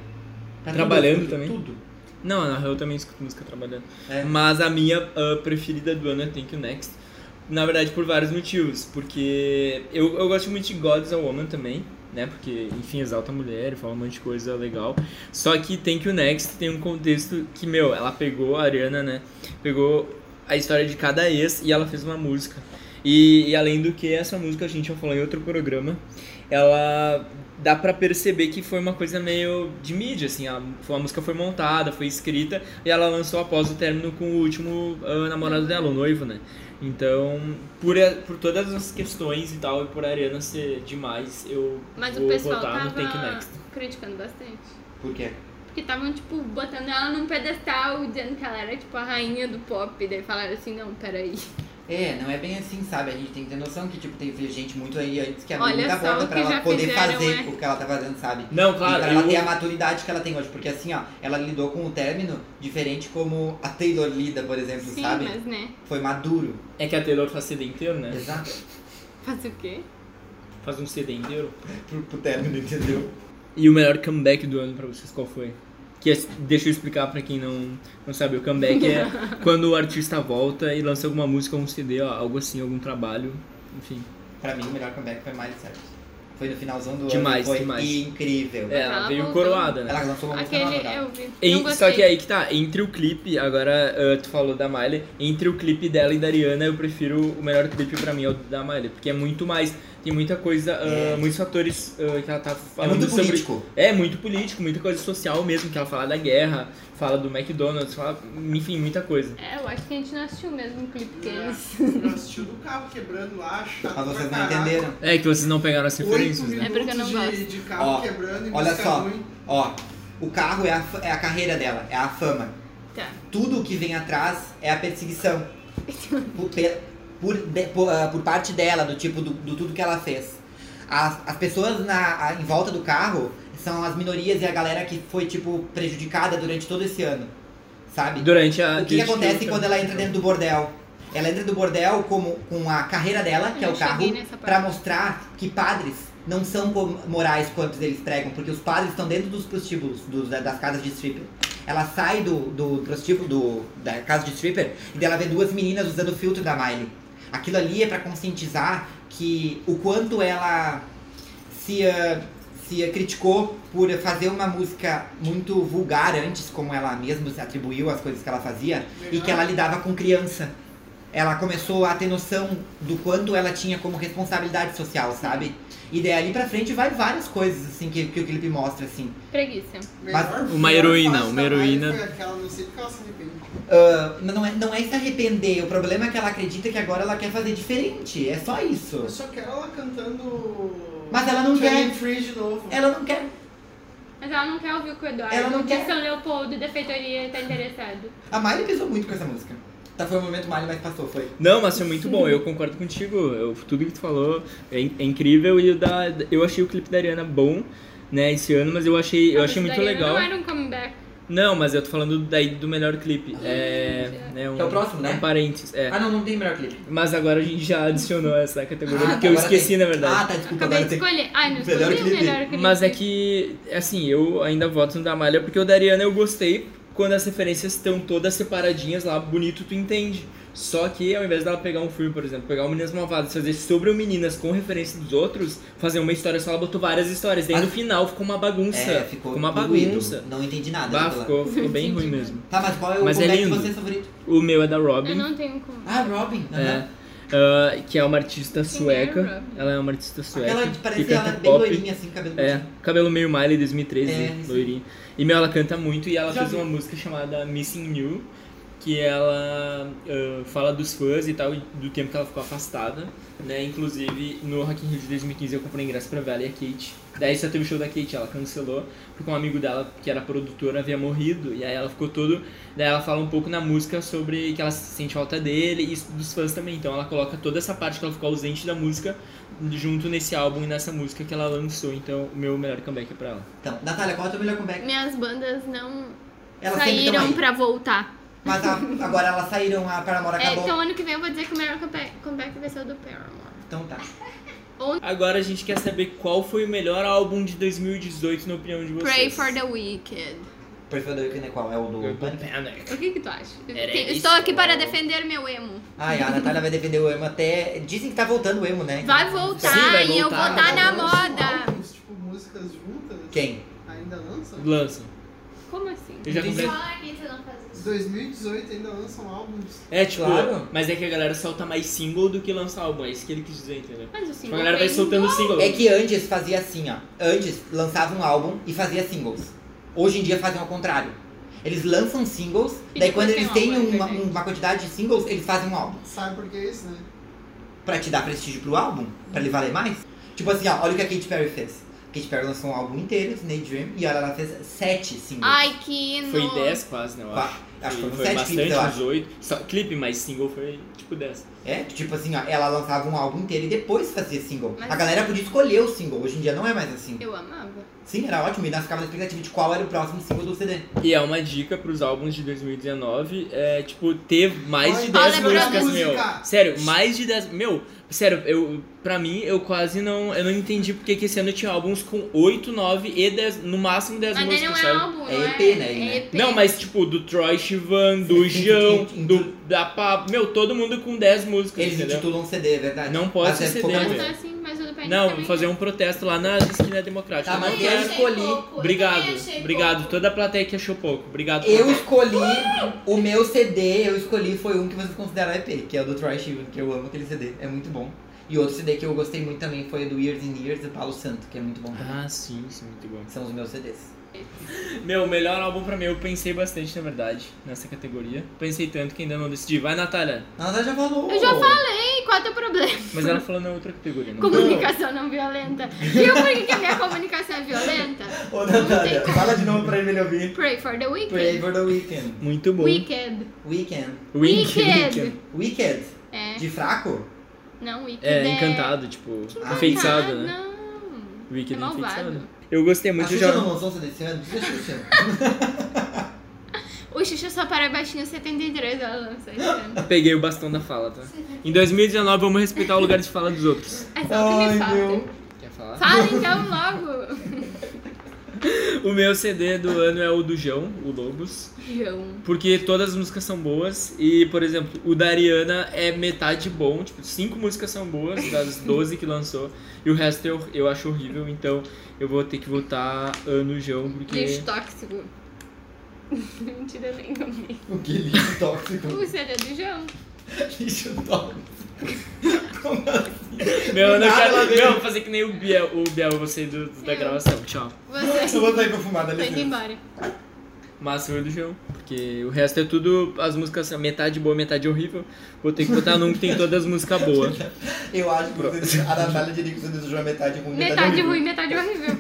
[SPEAKER 2] Pra tudo,
[SPEAKER 1] Trabalhando
[SPEAKER 2] eu escuto
[SPEAKER 1] também?
[SPEAKER 2] Tudo.
[SPEAKER 1] Não, na real eu também escuto música trabalhando.
[SPEAKER 2] É.
[SPEAKER 1] Mas a minha ah, preferida do ano é Thank You Next. Na verdade, por vários motivos. Porque eu, eu gosto muito de Gods a Woman também, né? Porque, enfim, exalta a mulher, fala um monte de coisa legal. Só que Thank You Next tem um contexto que, meu, ela pegou, a Ariana, né? Pegou a história de cada ex e ela fez uma música. E, e além do que, essa música a gente já falou em outro programa, ela dá pra perceber que foi uma coisa meio de mídia, assim, a, a música foi montada, foi escrita e ela lançou após o término com o último ah, namorado dela, o noivo, né? Então, por, a- por todas as questões e tal, e por a Ariana ser demais, eu
[SPEAKER 3] Mas
[SPEAKER 1] vou
[SPEAKER 3] o pessoal
[SPEAKER 1] votar
[SPEAKER 3] tava
[SPEAKER 1] no Take Next.
[SPEAKER 3] criticando bastante.
[SPEAKER 2] Por quê?
[SPEAKER 3] Porque estavam, tipo, botando ela num pedestal, dizendo que ela era, tipo, a rainha do pop. Daí falaram assim, não, peraí.
[SPEAKER 2] É, não é bem assim, sabe? A gente tem que ter noção que, tipo, teve gente muito aí antes que abriu
[SPEAKER 3] Olha
[SPEAKER 2] muita
[SPEAKER 3] só
[SPEAKER 2] porta
[SPEAKER 3] o
[SPEAKER 2] pra
[SPEAKER 3] que
[SPEAKER 2] ela
[SPEAKER 3] já
[SPEAKER 2] poder
[SPEAKER 3] fizeram,
[SPEAKER 2] fazer
[SPEAKER 3] é.
[SPEAKER 2] o que ela tá fazendo, sabe?
[SPEAKER 1] Não,
[SPEAKER 2] e
[SPEAKER 1] claro,
[SPEAKER 2] pra ela ter
[SPEAKER 1] eu,
[SPEAKER 2] a maturidade que ela tem hoje. Porque assim, ó, ela lidou com o término diferente como a Taylor lida, por exemplo,
[SPEAKER 3] Sim,
[SPEAKER 2] sabe?
[SPEAKER 3] mas né?
[SPEAKER 2] Foi maduro.
[SPEAKER 1] é que a Taylor faz CD inteiro, né?
[SPEAKER 2] Exato.
[SPEAKER 3] Faz o quê?
[SPEAKER 1] Faz um CD inteiro.
[SPEAKER 2] Pro, pro término, entendeu?
[SPEAKER 1] E o melhor comeback do ano pra vocês qual foi? Que é- deixa eu explicar pra quem não, não sabe, o comeback é quando o artista volta e lança alguma música, um CD, ó, algo assim, algum trabalho, enfim.
[SPEAKER 2] Pra mim, o melhor comeback foi Miley Cyrus. Foi no finalzão do
[SPEAKER 1] Demais,
[SPEAKER 2] ano. Foi
[SPEAKER 1] demais.
[SPEAKER 2] incrível.
[SPEAKER 1] É, ela
[SPEAKER 3] ela
[SPEAKER 1] veio
[SPEAKER 3] voltou.
[SPEAKER 1] coroada, né?
[SPEAKER 2] Ela lançou uma música
[SPEAKER 3] Aquele é
[SPEAKER 2] nova. É
[SPEAKER 3] eu vi.
[SPEAKER 1] E-
[SPEAKER 3] não
[SPEAKER 1] só
[SPEAKER 3] gostei.
[SPEAKER 1] que aí que tá, entre o clipe, agora ah, tu falou da Miley, entre o clipe dela e da Ariana, eu prefiro o melhor clipe pra mim é o da Miley, porque é muito mais tem muita coisa, ah,
[SPEAKER 2] É.
[SPEAKER 1] muitos fatores ah, que ela tá
[SPEAKER 2] É
[SPEAKER 1] falando
[SPEAKER 2] muito
[SPEAKER 1] sobre.
[SPEAKER 2] político.
[SPEAKER 1] É, muito político, muita coisa social mesmo, que ela fala da guerra, fala do McDonald's, fala, enfim, muita coisa.
[SPEAKER 3] É, eu acho que a gente não assistiu o mesmo clipe que eles.
[SPEAKER 4] Eu assisti o do carro quebrando lá, chato
[SPEAKER 2] Mas Ah, vocês
[SPEAKER 4] pra
[SPEAKER 2] não
[SPEAKER 4] caraca.
[SPEAKER 2] entenderam.
[SPEAKER 1] É que vocês não pegaram as
[SPEAKER 4] Oito
[SPEAKER 1] referências, né?
[SPEAKER 4] minutos
[SPEAKER 3] É porque eu não
[SPEAKER 4] de,
[SPEAKER 3] gosto.
[SPEAKER 4] de carro
[SPEAKER 2] Ó,
[SPEAKER 4] quebrando e
[SPEAKER 2] Olha
[SPEAKER 4] música
[SPEAKER 2] só,
[SPEAKER 4] ruim.
[SPEAKER 2] ó, o carro é a, fa- é a carreira dela, é a fama.
[SPEAKER 3] Tá.
[SPEAKER 2] Tudo o que vem atrás é a perseguição. Por, pe- por, de- por, ah, por parte dela, do tipo, do, do tudo que ela fez. As, as pessoas na, a- em volta do carro são as minorias e a galera que foi, tipo, prejudicada durante todo esse ano. Sabe?
[SPEAKER 1] Durante a.
[SPEAKER 2] O que, que acontece quando ela entra dentro do bordel? Ela entra do bordel como, com a carreira dela, que é
[SPEAKER 3] Eu
[SPEAKER 2] o
[SPEAKER 3] não
[SPEAKER 2] carro,
[SPEAKER 3] cheguei nessa parte.
[SPEAKER 2] pra mostrar que padres não são com- morais quanto eles pregam, porque os padres estão dentro dos prostíbulos, dos- da- das casas de stripper. Ela sai do, do prostíbulo, do, da casa de stripper, e dela vê duas meninas usando o filtro da Miley. Aquilo ali é pra conscientizar que o quanto ela se, ah, se ah, criticou por fazer uma música muito vulgar antes, como ela mesma se atribuiu as coisas que ela fazia, e que ela lidava com criança. Ela começou a ter noção do quanto ela tinha como responsabilidade social, sabe? E daí ali pra frente vai várias coisas, assim, que, que o clipe mostra, assim.
[SPEAKER 3] Preguiça.
[SPEAKER 4] Melhor
[SPEAKER 2] Uma
[SPEAKER 4] filme da
[SPEAKER 1] heroína,
[SPEAKER 4] face
[SPEAKER 1] uma
[SPEAKER 4] da Miley
[SPEAKER 1] heroína.
[SPEAKER 4] Foi aquela, não sei porque ela se arrepende.
[SPEAKER 2] Ah, mas não é, não é se arrepender, o problema é que ela acredita que agora ela quer fazer diferente, é só isso.
[SPEAKER 4] Eu só quero ela cantando.
[SPEAKER 2] Mas ela não
[SPEAKER 4] Turning
[SPEAKER 2] quer.
[SPEAKER 4] Free de novo.
[SPEAKER 2] Ela não quer.
[SPEAKER 3] Mas ela não quer ouvir o que o Eduardo.
[SPEAKER 2] Ela não
[SPEAKER 3] o que
[SPEAKER 2] quer.
[SPEAKER 3] São Leopoldo e Defeitoria tá interessado.
[SPEAKER 2] A Miley pesou muito com essa música. Tá, foi o momento Miley, mas passou, foi.
[SPEAKER 1] Não, mas foi muito bom, eu concordo contigo. eu- tudo que tu falou é, in- é incrível e o da, eu achei o clipe da Ariana bom, né, esse ano, mas eu achei, eu
[SPEAKER 3] Ah,
[SPEAKER 1] achei
[SPEAKER 3] mas
[SPEAKER 1] muito
[SPEAKER 3] daí
[SPEAKER 1] legal.
[SPEAKER 3] Não era um comeback.
[SPEAKER 1] Não, mas eu tô falando daí do melhor clipe. É. né, um,
[SPEAKER 2] Que é o próximo, né?
[SPEAKER 1] Um parênteses, é.
[SPEAKER 2] Ah, não, não tem melhor clipe.
[SPEAKER 1] Mas agora a gente já adicionou essa categoria,
[SPEAKER 2] Ah,
[SPEAKER 1] porque eu
[SPEAKER 2] agora
[SPEAKER 1] esqueci,
[SPEAKER 2] tem-
[SPEAKER 1] na verdade.
[SPEAKER 2] Ah, tá, desculpa,
[SPEAKER 3] Acabei
[SPEAKER 2] agora
[SPEAKER 3] de
[SPEAKER 2] tem.
[SPEAKER 3] escolher. Ai, não
[SPEAKER 2] Melhor
[SPEAKER 3] escolhi o
[SPEAKER 2] clipe.
[SPEAKER 3] melhor clipe.
[SPEAKER 1] Mas é que, assim, eu ainda voto no da Malha porque o da Ariana eu gostei quando as referências estão todas separadinhas lá, bonito, tu entende. Só que ao invés dela pegar um filme, por exemplo, pegar o Meninas Malvadas e fazer sobre o Meninas com referência dos outros, fazer uma história só, ela botou várias histórias. Daí
[SPEAKER 2] Ah.
[SPEAKER 1] no final ficou uma bagunça.
[SPEAKER 2] É, ficou
[SPEAKER 1] uma
[SPEAKER 2] doído.
[SPEAKER 1] bagunça.
[SPEAKER 2] Não entendi nada.
[SPEAKER 1] Bah,
[SPEAKER 2] daquela.
[SPEAKER 1] ficou, ficou bem ruim
[SPEAKER 3] Entendi.
[SPEAKER 1] mesmo.
[SPEAKER 2] Tá, mas qual é o
[SPEAKER 1] Mas é
[SPEAKER 2] comeback
[SPEAKER 1] lindo.
[SPEAKER 2] de vocês favorito?
[SPEAKER 1] O meu é da Robin.
[SPEAKER 3] Eu não tenho como.
[SPEAKER 2] Ah, Robin.
[SPEAKER 1] É,
[SPEAKER 2] aham.
[SPEAKER 1] ah, que é uma artista
[SPEAKER 3] Quem é
[SPEAKER 1] sueca.
[SPEAKER 3] a Robin?
[SPEAKER 1] ela é uma artista sueca.
[SPEAKER 2] Aquela parece
[SPEAKER 1] que
[SPEAKER 2] ela
[SPEAKER 1] canta
[SPEAKER 2] é bem
[SPEAKER 1] pop.
[SPEAKER 2] loirinha, assim, cabelo
[SPEAKER 1] É, cabelo meio Miley 2013,
[SPEAKER 2] É, isso.
[SPEAKER 1] loirinha. E meu, ela canta muito e ela
[SPEAKER 2] Já
[SPEAKER 1] fez
[SPEAKER 2] vi.
[SPEAKER 1] uma música chamada Missing You, que ela ah, fala dos fãs e tal, e do tempo que ela ficou afastada, né? Inclusive no Rock in Rio de 2015 eu comprei ingresso pra Vela e a Kate. Daí só teve o show da Kate, ela cancelou, porque um amigo dela, que era produtor, havia morrido, e aí ela ficou todo. Daí ela fala um pouco na música sobre que ela sente falta dele e isso dos fãs também. Então ela coloca toda essa parte que ela ficou ausente da música junto nesse álbum e nessa música que ela lançou. Então, o meu melhor comeback é pra ela.
[SPEAKER 2] Então, Natália, qual é o teu melhor comeback?
[SPEAKER 3] Minhas bandas não
[SPEAKER 2] Elas sempre tá tão
[SPEAKER 3] saíram
[SPEAKER 2] aí.
[SPEAKER 3] pra voltar.
[SPEAKER 2] Mas a- agora elas saíram, a Paramore
[SPEAKER 3] É,
[SPEAKER 2] Tá acabou.
[SPEAKER 3] então ano que vem eu vou dizer que o melhor comeba- comeback vai ser o do Paramore.
[SPEAKER 2] Então tá.
[SPEAKER 1] Agora a gente quer saber qual foi o melhor álbum de 2018 na opinião de vocês.
[SPEAKER 3] Pray for the Wicked.
[SPEAKER 2] Perfil do Weekend é qual? É o do Pânico?
[SPEAKER 1] Panic.
[SPEAKER 3] O que que tu acha? Eu
[SPEAKER 1] Era
[SPEAKER 3] tenho-
[SPEAKER 1] isso.
[SPEAKER 3] Estou aqui para defender meu emo.
[SPEAKER 2] Ai, a Natália vai defender o emo até... Dizem que tá voltando o emo, né?
[SPEAKER 3] Vai voltar
[SPEAKER 1] Sim, vai
[SPEAKER 3] e eu vou
[SPEAKER 1] voltar.
[SPEAKER 3] estar Tá na
[SPEAKER 4] Lançam
[SPEAKER 3] moda.
[SPEAKER 4] álbuns, tipo, músicas juntas.
[SPEAKER 2] Quem?
[SPEAKER 4] Ainda lançam?
[SPEAKER 1] Lança.
[SPEAKER 3] Como assim?
[SPEAKER 1] Eu já comprei.
[SPEAKER 5] Só a Anitta não faz isso.
[SPEAKER 4] 2018 ainda lançam álbuns.
[SPEAKER 1] É, tipo,
[SPEAKER 2] Claro.
[SPEAKER 1] mas é que a galera solta mais single do que lança álbum. É isso que ele quis dizer, entendeu?
[SPEAKER 3] Mas assim,
[SPEAKER 1] Tipo,
[SPEAKER 3] o
[SPEAKER 1] a
[SPEAKER 3] single
[SPEAKER 1] galera vai
[SPEAKER 3] foi
[SPEAKER 1] soltando single.
[SPEAKER 2] É que antes fazia assim, ó. Antes lançava um álbum e fazia singles. Hoje em dia fazem ao contrário. Eles lançam singles,
[SPEAKER 3] E
[SPEAKER 2] daí
[SPEAKER 3] depois
[SPEAKER 2] quando
[SPEAKER 3] tem
[SPEAKER 2] eles
[SPEAKER 3] um
[SPEAKER 2] têm
[SPEAKER 3] álbum, é
[SPEAKER 2] uma,
[SPEAKER 3] verdade.
[SPEAKER 2] uma quantidade de singles, eles fazem um álbum.
[SPEAKER 4] Sabe por que é isso, né?
[SPEAKER 2] Pra te dar prestígio pro álbum, pra ele valer mais. Tipo assim, ó, olha o que a Katy Perry fez. A Katy Perry lançou um álbum inteiro, Snake Dream, e olha, ela fez sete singles.
[SPEAKER 3] Ai, que
[SPEAKER 1] Foi
[SPEAKER 3] nojo.
[SPEAKER 1] 10 quase, né? Eu
[SPEAKER 2] Qua-
[SPEAKER 1] acho.
[SPEAKER 2] acho que
[SPEAKER 1] Foi,
[SPEAKER 2] foram
[SPEAKER 1] foi
[SPEAKER 2] sete clipes,
[SPEAKER 1] bastante,
[SPEAKER 2] eu
[SPEAKER 1] uns
[SPEAKER 2] acho.
[SPEAKER 1] 8. Só clipe mais single foi tipo 10.
[SPEAKER 2] É, tipo assim, ó, ela lançava um álbum inteiro e depois fazia single.
[SPEAKER 3] Mas-
[SPEAKER 2] A galera podia escolher o single, hoje em dia não é mais assim.
[SPEAKER 3] Eu amava.
[SPEAKER 2] Sim, era ótimo, e nós ficava na expectativa de qual era o próximo single do CD.
[SPEAKER 1] E é uma dica pros álbuns de 2019, é, tipo, ter mais de
[SPEAKER 4] Olha
[SPEAKER 1] 10
[SPEAKER 3] pra
[SPEAKER 1] músicas, meu.
[SPEAKER 4] música.
[SPEAKER 1] Sério, mais de 10. Meu, sério, eu, pra mim, eu quase não. Eu não entendi porque que esse ano tinha álbuns com 8, 9 e 10, no máximo 10
[SPEAKER 3] Mas daí
[SPEAKER 1] músicas,
[SPEAKER 3] não é
[SPEAKER 1] sabe?
[SPEAKER 3] álbum,
[SPEAKER 2] É
[SPEAKER 3] não
[SPEAKER 2] EP, né, ele,
[SPEAKER 3] É
[SPEAKER 2] né?
[SPEAKER 3] EP.
[SPEAKER 1] Não, mas tipo, do Troy Chivan, do
[SPEAKER 2] Sim, sim,
[SPEAKER 1] Jão,
[SPEAKER 2] sim, sim.
[SPEAKER 1] do da Pablo. Meu, todo mundo com 10 músicas,
[SPEAKER 2] Eles
[SPEAKER 1] entendeu?
[SPEAKER 2] intitulam CD, é verdade.
[SPEAKER 1] Não pode
[SPEAKER 2] Mas
[SPEAKER 1] ser
[SPEAKER 2] é
[SPEAKER 1] CD,
[SPEAKER 2] pouca
[SPEAKER 1] né?
[SPEAKER 3] Mas
[SPEAKER 2] coisa.
[SPEAKER 3] tá assim, mas o do Panic
[SPEAKER 1] Não,
[SPEAKER 3] também
[SPEAKER 1] fazer um protesto lá na esquina democrática.
[SPEAKER 2] Tá,
[SPEAKER 1] Não
[SPEAKER 2] mas
[SPEAKER 1] quero.
[SPEAKER 2] eu escolhi.
[SPEAKER 5] pouco, eu
[SPEAKER 1] Obrigado,
[SPEAKER 5] também achei
[SPEAKER 1] obrigado.
[SPEAKER 5] pouco.
[SPEAKER 1] Toda a plateia que achou pouco. Obrigado.
[SPEAKER 2] Eu escolhi, o meu CD, eu escolhi foi um que vocês consideraram EP, que é o do Troy Sivan, que eu amo aquele CD, é muito bom. E outro CD que eu gostei muito também foi do Years and Years, do Paulo Santo, que é muito bom também.
[SPEAKER 1] Ah, sim, sim, muito bom.
[SPEAKER 2] São os meus CDs.
[SPEAKER 1] Meu, melhor álbum pra mim, eu pensei bastante, na verdade, nessa categoria. Pensei tanto que ainda não decidi. Vai, Natália!
[SPEAKER 2] A Natália já falou!
[SPEAKER 3] Eu já falei, qual é o teu problema?
[SPEAKER 1] Mas ela falou na outra categoria, não
[SPEAKER 3] Comunicação não violenta. Viu por que, que a minha comunicação é violenta?
[SPEAKER 2] Ô
[SPEAKER 3] Não
[SPEAKER 2] Natália,
[SPEAKER 3] tem
[SPEAKER 2] fala de novo pra ele, ele ouvir.
[SPEAKER 3] Pray for the Wicked.
[SPEAKER 2] Pray for the Weekend.
[SPEAKER 1] Muito bom.
[SPEAKER 3] Wicked.
[SPEAKER 2] Weekend.
[SPEAKER 1] Wink,
[SPEAKER 3] Wicked.
[SPEAKER 1] Wink.
[SPEAKER 2] Wicked?
[SPEAKER 3] É.
[SPEAKER 2] De fraco?
[SPEAKER 3] Não, Wicked
[SPEAKER 1] É,
[SPEAKER 3] é...
[SPEAKER 1] encantado, tipo,
[SPEAKER 2] Ah,
[SPEAKER 1] enfeitiçado, né?
[SPEAKER 3] Não.
[SPEAKER 1] Wicked
[SPEAKER 3] É malvado.
[SPEAKER 1] enfeitiçado. Eu gostei
[SPEAKER 2] A
[SPEAKER 1] É muito, eu
[SPEAKER 2] Xuxa não
[SPEAKER 1] já...
[SPEAKER 2] lançou um CD esse ano? Xuxa, Xuxa.
[SPEAKER 3] O Xuxa só para baixinho 73, ela lançou esse ano.
[SPEAKER 1] Peguei o bastão da fala, tá? Em 2019, vamos respeitar o lugar de fala dos outros.
[SPEAKER 3] É só o que me
[SPEAKER 2] Ai,
[SPEAKER 3] falta.
[SPEAKER 2] meu.
[SPEAKER 1] Quer falar?
[SPEAKER 3] Fala então logo.
[SPEAKER 1] O meu CD do ano é o do João, o Lobos.
[SPEAKER 3] João.
[SPEAKER 1] Porque todas as músicas são boas. E, por exemplo, o da Ariana é metade bom. Tipo, cinco músicas são boas das 12 que lançou. E o resto eu, eu acho horrível. Então eu vou ter que votar ah, no João, porque.
[SPEAKER 3] Lixo tóxico. Mentira nem comigo.
[SPEAKER 2] O que lixo tóxico?
[SPEAKER 3] O CD do João.
[SPEAKER 2] lixo tóxico. Como assim?
[SPEAKER 1] Meu, eu não
[SPEAKER 2] Nada a
[SPEAKER 1] quero.
[SPEAKER 2] ver.
[SPEAKER 1] Meu, eu vou fazer que nem o Biel, o Biel você do, do- da
[SPEAKER 3] Eu.
[SPEAKER 1] gravação. Tchau.
[SPEAKER 3] Você
[SPEAKER 2] Eu vou sair pra fumar, dá
[SPEAKER 3] foi indo
[SPEAKER 2] licença.
[SPEAKER 3] embora.
[SPEAKER 1] Mas foi o do João. Porque o resto é tudo. As músicas são metade boa, metade horrível. Vou ter que votar num que tem todas as músicas boas.
[SPEAKER 2] Eu acho que você- a Natália diria que você desejou metade ruim, é
[SPEAKER 3] Metade
[SPEAKER 2] horrível.
[SPEAKER 3] ruim, metade horrível.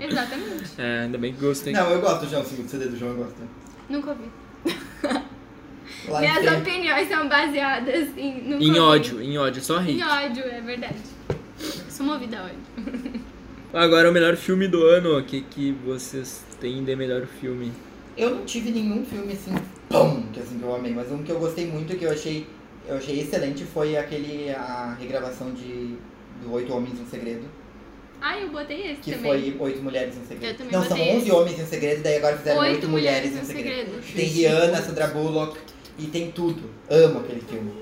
[SPEAKER 3] Exatamente.
[SPEAKER 1] É, ainda bem que gostei.
[SPEAKER 2] Não, eu gosto do João, o segundo CD do João eu gosto.
[SPEAKER 3] Nunca ouvi.
[SPEAKER 2] Lá
[SPEAKER 3] Minhas
[SPEAKER 2] em frente.
[SPEAKER 3] opiniões são baseadas em. nunca
[SPEAKER 1] Em
[SPEAKER 3] ouvi.
[SPEAKER 1] ódio, em ódio, só ri.
[SPEAKER 3] Em ódio, é verdade. Sou movida a ódio.
[SPEAKER 1] Agora é o melhor filme do ano, o que, que vocês têm de melhor filme?
[SPEAKER 2] Eu não tive nenhum filme assim, pum, que assim que eu amei, mas um que eu gostei muito, que eu achei, eu achei excelente, foi aquele, a regravação de do Oito Homens em Segredo,
[SPEAKER 3] Ah, eu botei esse
[SPEAKER 2] que
[SPEAKER 3] também.
[SPEAKER 2] foi Oito Mulheres em Segredo.
[SPEAKER 3] Eu também
[SPEAKER 2] não, são
[SPEAKER 3] botei
[SPEAKER 2] Onze
[SPEAKER 3] esse.
[SPEAKER 2] Homens em Segredo, daí agora fizeram Oito,
[SPEAKER 3] Oito
[SPEAKER 2] é
[SPEAKER 3] um
[SPEAKER 2] Mulheres, em Segredo. Tem Rihanna, Sandra Bullock, e tem tudo. Amo aquele filme.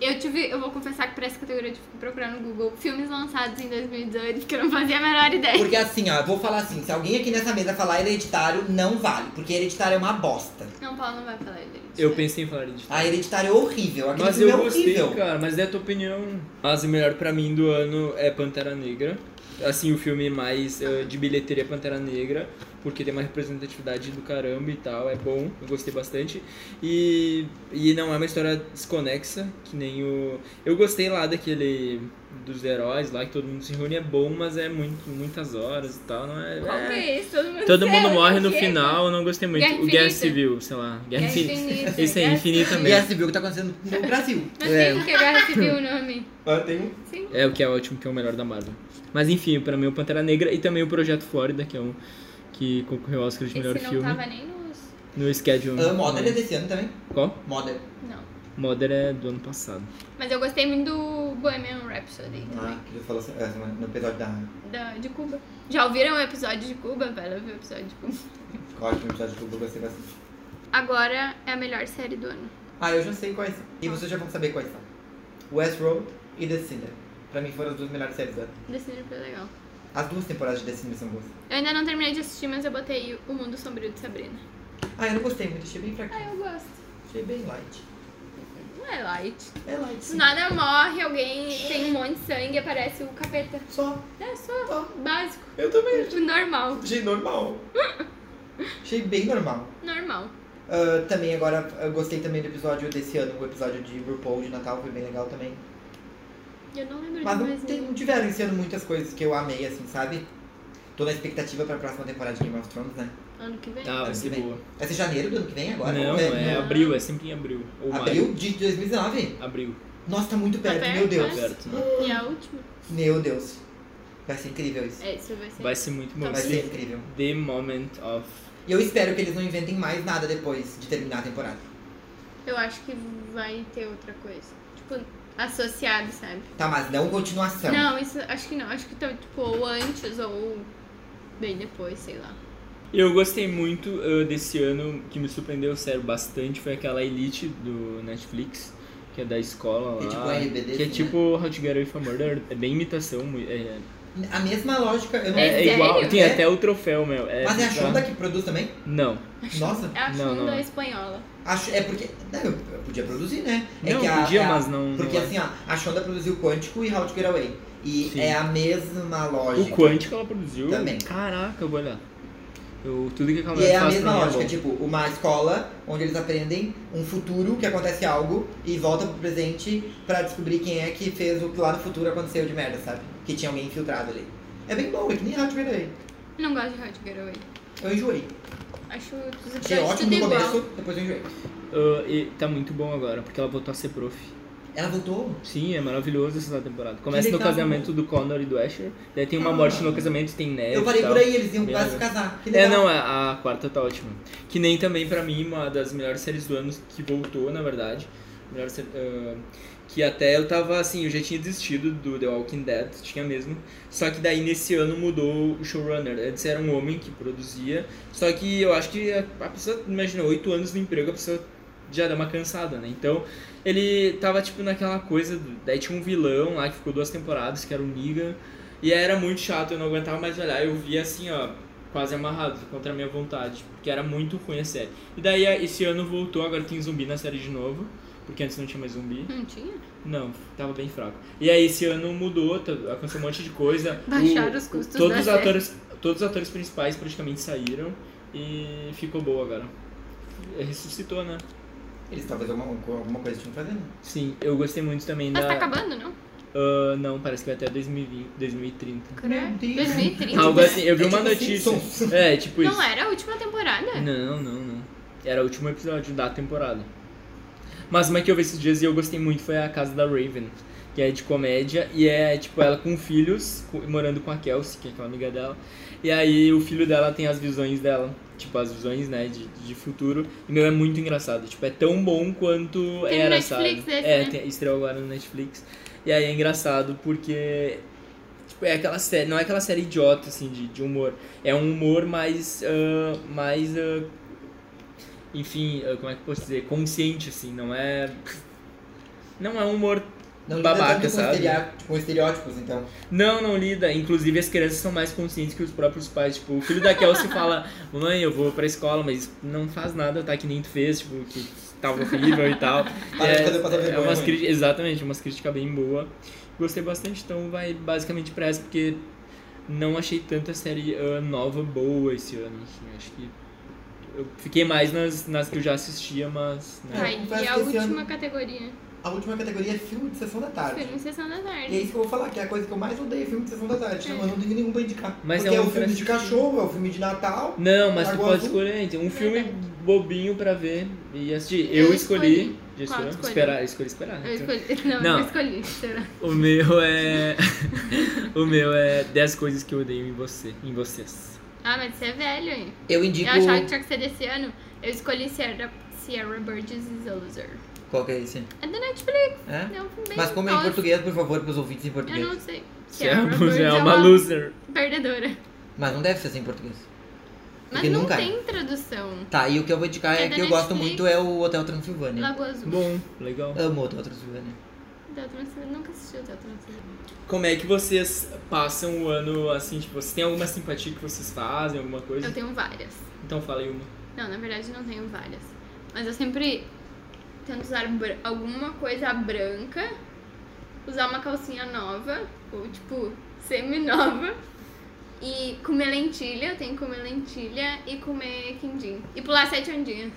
[SPEAKER 3] Eu tive, eu vou confessar que pra essa categoria eu tive que procurar no Google filmes lançados em 2018, É que eu não fazia a menor ideia.
[SPEAKER 2] Porque assim, ó, vou falar assim, se alguém aqui nessa mesa falar hereditário, não vale, porque hereditário é uma bosta.
[SPEAKER 3] Não, Paulo não vai falar dele.
[SPEAKER 1] Eu pensei em falar de
[SPEAKER 2] A hereditário é horrível, aquele
[SPEAKER 1] Mas
[SPEAKER 2] filme
[SPEAKER 1] eu
[SPEAKER 2] é
[SPEAKER 1] gostei,
[SPEAKER 2] horrível.
[SPEAKER 1] cara, mas é a tua opinião. Mas o melhor pra mim do ano é Pantera Negra. Assim, o filme mais eh, de bilheteria é Pantera Negra, porque tem uma representatividade do caramba e tal, é bom, eu gostei bastante. E, e não é uma história desconexa, que nem o. Eu gostei lá daquele. dos heróis lá, que todo mundo se reúne, é bom, mas é muito, muitas horas e tal, não é.
[SPEAKER 3] Qual que
[SPEAKER 1] é-
[SPEAKER 3] é esse? Todo mundo,
[SPEAKER 1] Todo
[SPEAKER 3] sei
[SPEAKER 1] mundo
[SPEAKER 3] lá,
[SPEAKER 1] morre no
[SPEAKER 3] que é.
[SPEAKER 1] final, eu não gostei muito.
[SPEAKER 3] Guerra
[SPEAKER 1] o Guerra
[SPEAKER 3] Infinita.
[SPEAKER 1] Civil, sei lá. Guerra,
[SPEAKER 3] Guerra
[SPEAKER 1] Infinita.
[SPEAKER 3] Infinita.
[SPEAKER 1] Isso aí,
[SPEAKER 3] Guerra
[SPEAKER 1] Infinita
[SPEAKER 2] E
[SPEAKER 1] mesmo.
[SPEAKER 2] assim, viu o que tá acontecendo no Brasil.
[SPEAKER 3] né? Mas
[SPEAKER 1] É.
[SPEAKER 3] tem que é Guerra Civil o nome.
[SPEAKER 2] Ah, tem
[SPEAKER 3] Sim.
[SPEAKER 1] É o que é ótimo, que é o melhor da Marvel. Mas enfim, pra mim o Pantera Negra e também o Projeto Flórida, que é um que concorreu ao Oscar de
[SPEAKER 3] Esse
[SPEAKER 1] melhor
[SPEAKER 3] não
[SPEAKER 1] filme
[SPEAKER 3] tava nem nos.
[SPEAKER 1] no schedule.
[SPEAKER 2] Ah, Mother é desse ano também.
[SPEAKER 1] Qual?
[SPEAKER 2] Mother.
[SPEAKER 3] Não.
[SPEAKER 1] Mother é do ano passado.
[SPEAKER 3] Mas eu gostei muito do Bohemian Rhapsody também.
[SPEAKER 2] Ah, que ele falou assim, é, no episódio da
[SPEAKER 3] Da, de Cuba. Já ouviram o episódio de Cuba? Vai lá ver o episódio de Cuba.
[SPEAKER 2] corte no episódio que eu gostei bastante.
[SPEAKER 3] Agora é a melhor série do ano.
[SPEAKER 2] Ah, eu já sei quais são. E vocês já vão saber quais são. Westworld e The Sinner. Pra mim foram as duas melhores séries do ano.
[SPEAKER 3] Decidiram foi legal.
[SPEAKER 2] As duas temporadas de The Sinner são boas.
[SPEAKER 3] Eu ainda não terminei de assistir, mas eu botei O Mundo Sombrio de Sabrina.
[SPEAKER 2] Ah, eu não gostei muito, achei bem
[SPEAKER 3] Ah,
[SPEAKER 2] fraquinho.
[SPEAKER 3] eu gosto.
[SPEAKER 2] Achei bem light.
[SPEAKER 3] Não é light.
[SPEAKER 2] É light,
[SPEAKER 3] Do
[SPEAKER 2] sim.
[SPEAKER 3] nada morre alguém, tem um monte de sangue, aparece o capeta.
[SPEAKER 2] Só.
[SPEAKER 3] É só básico. tipo,
[SPEAKER 2] Eu também.
[SPEAKER 3] Normal.
[SPEAKER 2] Achei normal. achei bem normal.
[SPEAKER 3] Normal.
[SPEAKER 2] Ah, também agora, eu gostei também do episódio desse ano, o episódio de RuPaul de Natal, foi bem legal também.
[SPEAKER 3] Eu não lembro
[SPEAKER 2] Mas
[SPEAKER 3] de
[SPEAKER 2] não,
[SPEAKER 3] mais
[SPEAKER 2] tem,
[SPEAKER 3] nenhum.
[SPEAKER 2] não tiveram esse ano muitas coisas que eu amei, assim, sabe? Tô na expectativa pra próxima temporada de Game of Thrones, né?
[SPEAKER 3] Ano que vem.
[SPEAKER 1] Ah, vai
[SPEAKER 2] Ano
[SPEAKER 1] ser
[SPEAKER 2] que vem.
[SPEAKER 1] boa.
[SPEAKER 2] Vai ser janeiro do ano que vem agora?
[SPEAKER 1] Não, é
[SPEAKER 2] no-
[SPEAKER 1] abril, é sempre em abril. Ou
[SPEAKER 2] Abril de 2019?
[SPEAKER 1] maio. Abril.
[SPEAKER 2] Nossa, tá muito perto,
[SPEAKER 3] perto,
[SPEAKER 2] meu Deus.
[SPEAKER 3] né?
[SPEAKER 1] Certo, né?
[SPEAKER 3] E a última?
[SPEAKER 2] Meu Deus. Vai ser incrível isso.
[SPEAKER 3] É, isso vai ser.
[SPEAKER 1] Vai ser muito
[SPEAKER 3] Tá
[SPEAKER 1] bom.
[SPEAKER 2] Vai ser incrível.
[SPEAKER 1] The Moment of.
[SPEAKER 2] E eu espero que eles não inventem mais nada depois de terminar a temporada.
[SPEAKER 3] Eu acho que vai ter outra coisa. Tipo, associado, sabe?
[SPEAKER 2] Tá, mas não continuação.
[SPEAKER 3] Não, isso acho que não. Acho que tá, tipo, ou antes ou bem depois, sei lá.
[SPEAKER 1] Eu gostei muito uh, desse ano, que me surpreendeu, sério, bastante, foi aquela Elite do Netflix, que é da escola lá.
[SPEAKER 2] Que é tipo um RBD,
[SPEAKER 1] que é
[SPEAKER 2] assim,
[SPEAKER 1] tipo How to Get Away with Murder, é bem imitação, mui- é,
[SPEAKER 2] né? A mesma lógica, eu não
[SPEAKER 3] É
[SPEAKER 1] É,
[SPEAKER 3] sério?
[SPEAKER 1] igual, tem
[SPEAKER 2] É?
[SPEAKER 1] até o troféu, meu. É
[SPEAKER 2] Mas é a
[SPEAKER 1] bizarro.
[SPEAKER 2] Shonda que produz também?
[SPEAKER 1] Não.
[SPEAKER 2] Nossa,
[SPEAKER 3] É a
[SPEAKER 1] Não,
[SPEAKER 3] Shonda
[SPEAKER 1] não.
[SPEAKER 3] espanhola.
[SPEAKER 2] acho, é porque. Não, eu, eu podia produzir, né? É
[SPEAKER 1] Não,
[SPEAKER 2] que a,
[SPEAKER 1] podia,
[SPEAKER 2] é a-
[SPEAKER 1] mas não-
[SPEAKER 2] Porque
[SPEAKER 1] não é.
[SPEAKER 2] assim, ó, a Shonda produziu Quântico e How to Get Away. E
[SPEAKER 1] Sim.
[SPEAKER 2] é a mesma lógica.
[SPEAKER 1] O Quântico ela produziu.
[SPEAKER 2] Também.
[SPEAKER 1] Caraca, eu vou olhar. Eu, tudo que aquela
[SPEAKER 2] E é
[SPEAKER 1] mulher
[SPEAKER 2] a
[SPEAKER 1] faz pra
[SPEAKER 2] mesma
[SPEAKER 1] mim é
[SPEAKER 2] lógica,
[SPEAKER 1] bom.
[SPEAKER 2] tipo, uma escola onde eles aprendem um futuro que acontece algo e volta pro presente pra descobrir quem é que fez o que lá no futuro aconteceu de merda, sabe? Que tinha alguém infiltrado ali. É bem bom, é que nem How to Get Away.
[SPEAKER 3] Eu não gosto de Hot Girl Away.
[SPEAKER 2] Eu enjoei.
[SPEAKER 3] Acho os
[SPEAKER 2] Achei
[SPEAKER 3] episódios
[SPEAKER 2] ótimo
[SPEAKER 3] tudo
[SPEAKER 2] no começo,
[SPEAKER 3] igual.
[SPEAKER 2] depois eu enjoei.
[SPEAKER 1] Ah, e tá muito bom agora, porque ela voltou a ser prof.
[SPEAKER 2] Ela voltou?
[SPEAKER 1] Sim, é maravilhoso essa temporada. Começa no
[SPEAKER 2] legal.
[SPEAKER 1] casamento do Connor e do Asher, daí tem uma
[SPEAKER 2] Ah.
[SPEAKER 1] morte no casamento, tem neve
[SPEAKER 2] eu
[SPEAKER 1] e
[SPEAKER 2] parei
[SPEAKER 1] tal.
[SPEAKER 2] por aí, eles iam
[SPEAKER 1] Bem
[SPEAKER 2] quase se
[SPEAKER 1] legal.
[SPEAKER 2] casar. Que
[SPEAKER 1] tá. É,
[SPEAKER 2] legal.
[SPEAKER 1] não, a, a quarta tá ótima. Que nem também pra mim, uma das melhores séries do ano que voltou, na verdade. Melhor série, ah, que até eu tava assim, eu já tinha desistido do The Walking Dead, tinha mesmo. Só que daí nesse ano mudou o showrunner. Antes era um homem que produzia. Só que eu acho que a, a pessoa, imagina, oito anos no emprego, a pessoa já dá uma cansada, né? Então ele tava tipo naquela coisa. do- daí tinha um vilão lá que ficou duas temporadas, que era o Negan. E era muito chato, eu não aguentava mais olhar. Eu via assim, ó, quase amarrado, contra a minha vontade, porque era muito ruim a série. E daí a- esse ano voltou, agora tem zumbi na série de novo, porque antes não tinha mais zumbi.
[SPEAKER 3] Não tinha?
[SPEAKER 1] Não, tava bem fraco. E aí esse ano mudou, tá- aconteceu um monte de coisa.
[SPEAKER 3] Baixaram
[SPEAKER 1] O-
[SPEAKER 3] os custos
[SPEAKER 1] todos
[SPEAKER 3] da
[SPEAKER 1] os
[SPEAKER 3] série.
[SPEAKER 1] atores, Todos os atores principais praticamente saíram e ficou boa agora. Ressuscitou, né?
[SPEAKER 2] Eles talvez alguma, alguma coisa tinham que fazer, né?
[SPEAKER 1] Sim, eu gostei muito também
[SPEAKER 3] Mas
[SPEAKER 1] da.
[SPEAKER 3] tá acabando, não?
[SPEAKER 1] Ah, não, parece que vai até 2020, 2030.
[SPEAKER 3] Credo.
[SPEAKER 2] Deus.
[SPEAKER 3] 2030.
[SPEAKER 1] Algo assim, eu vi
[SPEAKER 2] É
[SPEAKER 1] uma
[SPEAKER 2] tipo
[SPEAKER 1] notícia.
[SPEAKER 2] Simpsons.
[SPEAKER 1] É, tipo isso.
[SPEAKER 3] Não é? era a última temporada?
[SPEAKER 1] Não, não, não. Era o último episódio da temporada. Mas uma que eu vi esses dias e eu gostei muito foi a Casa da Raven, que é de comédia e é tipo ela com filhos, co- morando com a Kelsey, que é aquela amiga dela. E aí o filho dela tem as visões dela, tipo as visões, né, de, de futuro. E meu é muito engraçado, tipo é tão bom quanto
[SPEAKER 3] Tem no
[SPEAKER 1] era,
[SPEAKER 3] Netflix
[SPEAKER 1] sabe?
[SPEAKER 3] esse,
[SPEAKER 1] é,
[SPEAKER 3] né?
[SPEAKER 1] tem, estreou agora no Netflix. E aí é engraçado porque tipo é aquela série, não é aquela série idiota assim de, de humor, é um humor mais ah, mais ah, enfim, ah, como é que eu posso dizer, consciente assim, não é não é um humor
[SPEAKER 2] Não
[SPEAKER 1] Babaca,
[SPEAKER 2] lidando com,
[SPEAKER 1] sabe? É,
[SPEAKER 2] estereótipos, com estereótipos, então.
[SPEAKER 1] não, não lida. Inclusive, as crianças são mais conscientes que os próprios pais. Tipo, o filho da Kelsey fala: Mãe, eu vou pra escola, mas não faz nada, tá? Que nem tu fez, tipo, que tava horrível e tal.
[SPEAKER 2] Para de fazer passar
[SPEAKER 1] é,
[SPEAKER 2] vergonha, né?
[SPEAKER 1] umas
[SPEAKER 2] mãe.
[SPEAKER 1] críticas, Exatamente, umas críticas bem boa. Gostei bastante, então vai basicamente pra essa, porque não achei tanta série ah, nova boa esse ano. assim, acho que. Eu fiquei mais nas, nas que eu já assistia, mas. né.
[SPEAKER 3] Tá,
[SPEAKER 2] É,
[SPEAKER 3] e
[SPEAKER 2] confesso
[SPEAKER 3] a
[SPEAKER 2] que esse
[SPEAKER 3] última
[SPEAKER 2] ano-
[SPEAKER 3] categoria?
[SPEAKER 2] A última categoria é filme de sessão da tarde.
[SPEAKER 3] Filme Sessão da
[SPEAKER 2] E é
[SPEAKER 3] Tarde.
[SPEAKER 2] isso que eu vou falar, que é a coisa que eu mais odeio, é filme de sessão da tarde. Eu não tenho nenhum pra indicar.
[SPEAKER 1] Mas
[SPEAKER 2] Porque
[SPEAKER 1] é
[SPEAKER 2] é
[SPEAKER 1] um
[SPEAKER 2] um filme de
[SPEAKER 1] filme-
[SPEAKER 2] cachorro, é um filme de Natal.
[SPEAKER 1] Não, mas tu
[SPEAKER 2] Lagoa
[SPEAKER 1] pode
[SPEAKER 2] Azul?
[SPEAKER 1] escolher, então, um filme
[SPEAKER 3] Verdade.
[SPEAKER 1] bobinho pra ver e assistir.
[SPEAKER 3] Eu
[SPEAKER 1] Eu, escolhi.
[SPEAKER 3] escolhi.
[SPEAKER 1] Já
[SPEAKER 3] Qual
[SPEAKER 1] escolheu?
[SPEAKER 3] escolhi?
[SPEAKER 1] Esperar, eu escolhi esperar. né?
[SPEAKER 3] Eu escolhi. Não,
[SPEAKER 1] Não.
[SPEAKER 3] eu escolhi. Será?
[SPEAKER 1] O meu é. o meu é 10 coisas que eu odeio em você. Em vocês.
[SPEAKER 3] Ah, mas você é velho, hein?
[SPEAKER 2] Eu indico.
[SPEAKER 3] Eu achava que tinha que ser desse ano. Eu escolhi Sierra, Sierra Burgess is a Loser.
[SPEAKER 2] Qual que é esse?
[SPEAKER 3] É da Netflix.
[SPEAKER 2] É?
[SPEAKER 3] Não, bem
[SPEAKER 2] Mas como é em
[SPEAKER 3] tosco.
[SPEAKER 2] português, por favor, pros ouvintes em
[SPEAKER 3] Eu não
[SPEAKER 2] português.
[SPEAKER 3] sei.
[SPEAKER 1] Você é uma- é uma loser.
[SPEAKER 3] perdedora.
[SPEAKER 2] Mas não deve ser assim em português.
[SPEAKER 3] Mas
[SPEAKER 2] Porque
[SPEAKER 3] não
[SPEAKER 2] nunca é.
[SPEAKER 3] tem tradução.
[SPEAKER 2] Tá, e o que eu vou indicar
[SPEAKER 3] É
[SPEAKER 2] é,
[SPEAKER 3] da
[SPEAKER 2] que eu gosto
[SPEAKER 3] Netflix.
[SPEAKER 2] muito é o Hotel Transilvânia.
[SPEAKER 3] Lagoa Azul.
[SPEAKER 1] Bom, legal.
[SPEAKER 2] Amo o Hotel Transilvânia.
[SPEAKER 3] Teatro Nacional, Nunca assisti o Teatro Nacional.
[SPEAKER 1] Como é que vocês passam o ano assim? Tipo, vocês têm alguma simpatia que vocês fazem, alguma coisa?
[SPEAKER 3] Eu tenho várias.
[SPEAKER 1] Então fala aí uma.
[SPEAKER 3] Não, na verdade não tenho várias. Mas eu sempre tento usar br- alguma coisa branca, usar uma calcinha nova, ou tipo, semi-nova, e comer lentilha, eu tenho que comer lentilha e comer quindim. E pular sete ondinhas.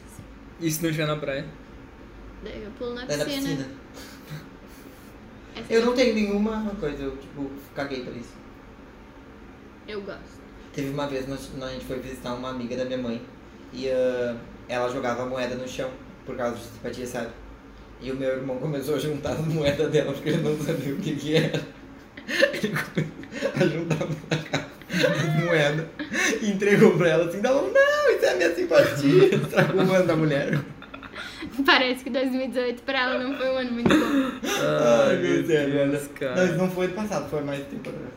[SPEAKER 1] E se não estiver na praia?
[SPEAKER 3] Daí eu pulo na
[SPEAKER 2] Daí
[SPEAKER 3] piscina.
[SPEAKER 2] da piscina.
[SPEAKER 3] Essa é
[SPEAKER 2] Eu não tenho nenhuma coisa, eu tipo, caguei pra isso.
[SPEAKER 3] eu gosto.
[SPEAKER 2] Teve uma vez, nós, nós- a gente foi visitar uma amiga da minha mãe e ah, ela jogava moeda no chão por causa de simpatia, sabe? E o meu irmão começou a juntar as moedas dela porque ele não sabia o que, que era. Ele começou a juntar na casa as moedas e entregou pra ela assim: não, não, isso é a minha simpatia. Estragou o mano da mulher.
[SPEAKER 3] Parece que 2018 pra ela não foi um ano muito bom.
[SPEAKER 2] Ai, meu
[SPEAKER 1] Deus,
[SPEAKER 2] Deus,
[SPEAKER 1] cara.
[SPEAKER 2] Não, isso não foi do passado, foi mais tempo atrás.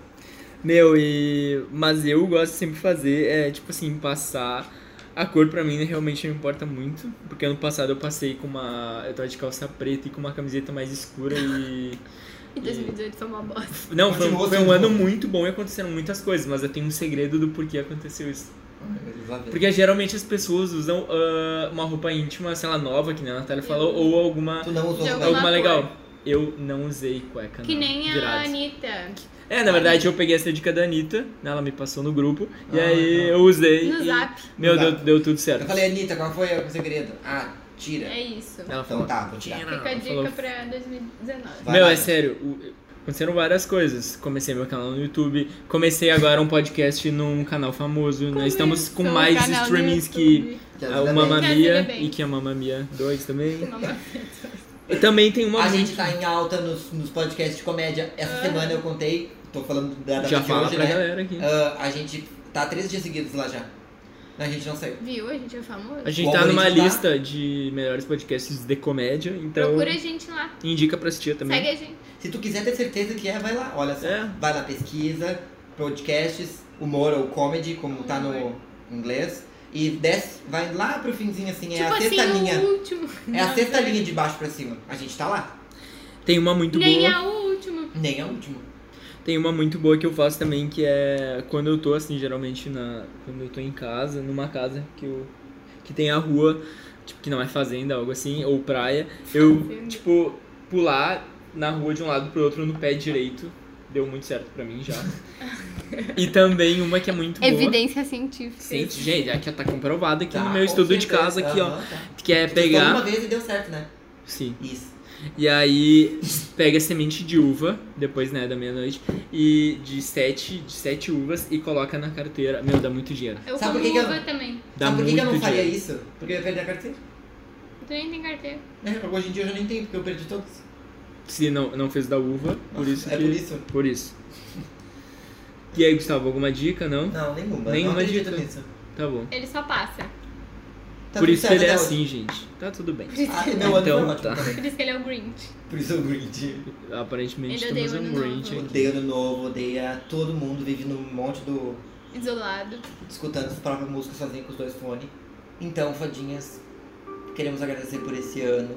[SPEAKER 1] Meu, e. Mas eu gosto de sempre fazer, é tipo assim, passar. A cor pra mim realmente não importa muito, porque ano passado eu passei com uma. Eu tava de calça preta e com uma camiseta mais escura e.
[SPEAKER 3] E 2018 foi uma bosta.
[SPEAKER 1] Não, foi, um-
[SPEAKER 2] Continuou
[SPEAKER 1] foi um
[SPEAKER 2] sendo
[SPEAKER 1] ano
[SPEAKER 2] bom.
[SPEAKER 1] muito bom e aconteceram muitas coisas, mas eu tenho um segredo do porquê aconteceu isso.
[SPEAKER 2] Lá vem.
[SPEAKER 1] Porque geralmente as pessoas usam ah, uma roupa íntima, sei lá, nova, que nem a Natália falou, ou alguma,
[SPEAKER 2] Tu não usou
[SPEAKER 3] De
[SPEAKER 2] roupa
[SPEAKER 3] alguma
[SPEAKER 1] alguma
[SPEAKER 3] cor.
[SPEAKER 1] legal. Eu não usei cueca.
[SPEAKER 3] Que
[SPEAKER 1] É não, assim.
[SPEAKER 3] nem a
[SPEAKER 1] virada.
[SPEAKER 3] Anitta.
[SPEAKER 1] É, na verdade eu peguei essa dica da Anitta, né, ela me passou no grupo, e
[SPEAKER 2] Ah,
[SPEAKER 1] aí
[SPEAKER 2] tá.
[SPEAKER 1] eu usei.
[SPEAKER 3] No
[SPEAKER 1] e,
[SPEAKER 3] zap.
[SPEAKER 1] Meu,
[SPEAKER 2] No
[SPEAKER 1] deu,
[SPEAKER 2] zap. Então,
[SPEAKER 1] deu tudo
[SPEAKER 2] Eu
[SPEAKER 1] certo.
[SPEAKER 2] falei, Anitta, qual foi o segredo? Ah, tira.
[SPEAKER 3] É isso.
[SPEAKER 1] Ela
[SPEAKER 2] Então
[SPEAKER 1] falou.
[SPEAKER 2] tá, vou tirar.
[SPEAKER 3] Fica a
[SPEAKER 1] Ah, Ela
[SPEAKER 3] dica
[SPEAKER 1] falou,
[SPEAKER 3] pra 2019.
[SPEAKER 2] Vai
[SPEAKER 1] Meu,
[SPEAKER 2] lá.
[SPEAKER 1] é sério, o- aconteceram várias coisas. Comecei meu canal no YouTube, comecei agora um podcast num canal famoso. Nós estamos com
[SPEAKER 3] Começou o
[SPEAKER 1] mais
[SPEAKER 3] canal no
[SPEAKER 1] streamings que
[SPEAKER 3] YouTube.
[SPEAKER 2] Que
[SPEAKER 1] a
[SPEAKER 2] ajuda bem.
[SPEAKER 1] Mamma
[SPEAKER 3] Que ajuda
[SPEAKER 1] Mia
[SPEAKER 3] bem.
[SPEAKER 1] e que a Mamma Mia 2 também.
[SPEAKER 3] Mamma-
[SPEAKER 1] E também tem uma
[SPEAKER 2] A
[SPEAKER 1] muito-
[SPEAKER 2] gente tá em alta nos, nos podcasts de comédia.
[SPEAKER 3] Ah.
[SPEAKER 2] Essa semana eu contei, tô falando da data
[SPEAKER 1] Já
[SPEAKER 2] de
[SPEAKER 1] fala
[SPEAKER 2] hoje,
[SPEAKER 1] pra
[SPEAKER 2] né?
[SPEAKER 1] galera aqui.
[SPEAKER 2] Ah, a gente tá três dias seguidos lá já. A gente não saiu.
[SPEAKER 3] Viu? A gente é famoso.
[SPEAKER 1] A gente
[SPEAKER 2] o
[SPEAKER 1] tá numa
[SPEAKER 2] algoritmo tá-
[SPEAKER 1] lista de melhores podcasts de comédia, então
[SPEAKER 3] Procura a gente lá.
[SPEAKER 1] indica pra assistir também.
[SPEAKER 3] Segue a gente.
[SPEAKER 2] Se tu quiser ter certeza que é, vai lá. Olha só.
[SPEAKER 1] É.
[SPEAKER 2] Vai lá, pesquisa, podcasts, humor ou comedy, como tá no
[SPEAKER 3] Humor.
[SPEAKER 2] inglês. E desce, vai lá pro finzinho assim, é
[SPEAKER 3] tipo
[SPEAKER 2] a
[SPEAKER 3] assim,
[SPEAKER 2] sexta linha.
[SPEAKER 3] o último.
[SPEAKER 2] É a
[SPEAKER 3] Não,
[SPEAKER 2] sexta
[SPEAKER 3] sério.
[SPEAKER 2] linha de baixo pra cima. A gente tá lá.
[SPEAKER 1] Tem uma muito
[SPEAKER 3] Nem
[SPEAKER 1] boa.
[SPEAKER 3] é o último.
[SPEAKER 2] Nem é o último.
[SPEAKER 1] Tem uma muito boa que eu faço também, que é quando eu tô assim, geralmente na. Quando eu tô em casa, numa casa que eu. que tem a rua, tipo, que não é fazenda, algo assim, ou praia, eu,
[SPEAKER 3] Fazenda.
[SPEAKER 1] tipo, pular na rua de um lado pro outro no pé direito. Deu muito certo pra mim já. e também uma que é muito boa.
[SPEAKER 3] científica.
[SPEAKER 1] Sim, gente, aqui tá comprovado aqui
[SPEAKER 2] Tá,
[SPEAKER 1] no meu
[SPEAKER 2] com
[SPEAKER 1] estudo de
[SPEAKER 2] certeza.
[SPEAKER 1] casa aqui, ó.
[SPEAKER 2] Aham, tá.
[SPEAKER 1] Que é
[SPEAKER 2] Tu falou uma
[SPEAKER 1] pegar.
[SPEAKER 2] vez e deu certo, né?
[SPEAKER 1] Sim.
[SPEAKER 2] Isso.
[SPEAKER 1] E aí pega semente de uva, depois né, da meia-noite, e de sete, de sete uvas e coloca na carteira. Meu, dá muito dinheiro.
[SPEAKER 3] Eu
[SPEAKER 2] Sabe
[SPEAKER 3] como
[SPEAKER 2] por que que eu-
[SPEAKER 3] uva também.
[SPEAKER 1] Dá
[SPEAKER 2] Sabe por
[SPEAKER 1] muito
[SPEAKER 2] que que eu não faria
[SPEAKER 1] dinheiro.
[SPEAKER 2] isso? Porque eu ia perder a carteira.
[SPEAKER 3] Tu nem tem carteira.
[SPEAKER 2] É, hoje em dia eu já nem tenho, porque eu perdi todos.
[SPEAKER 1] Se não, não fez da uva, por isso
[SPEAKER 2] É
[SPEAKER 1] que-
[SPEAKER 2] por isso?
[SPEAKER 1] Por isso. E aí, Gustavo, alguma dica? Não?
[SPEAKER 2] Não, nenhuma.
[SPEAKER 1] Nenhuma
[SPEAKER 2] não acredito
[SPEAKER 1] dica.
[SPEAKER 2] nisso.
[SPEAKER 1] Tá bom.
[SPEAKER 3] Ele só passa.
[SPEAKER 2] Tá
[SPEAKER 1] por
[SPEAKER 2] tudo
[SPEAKER 1] isso que ele é
[SPEAKER 2] até hoje.
[SPEAKER 1] assim, gente. Tá tudo bem.
[SPEAKER 2] Ah, meu ano
[SPEAKER 1] Então,
[SPEAKER 2] foi ótimo
[SPEAKER 1] tá.
[SPEAKER 2] também.
[SPEAKER 3] Por isso que ele é o Grinch.
[SPEAKER 2] Por isso eu grite.
[SPEAKER 1] Aparentemente
[SPEAKER 3] Ele
[SPEAKER 1] temos
[SPEAKER 3] odeia o
[SPEAKER 1] um
[SPEAKER 3] ano
[SPEAKER 1] range
[SPEAKER 3] novo.
[SPEAKER 1] aqui.
[SPEAKER 2] Odeio ano novo, odeia todo mundo, vive num monte do.
[SPEAKER 3] Isolado.
[SPEAKER 2] escutando as próprias músicas sozinho com os dois fones. Então, fadinhas, queremos agradecer por esse ano,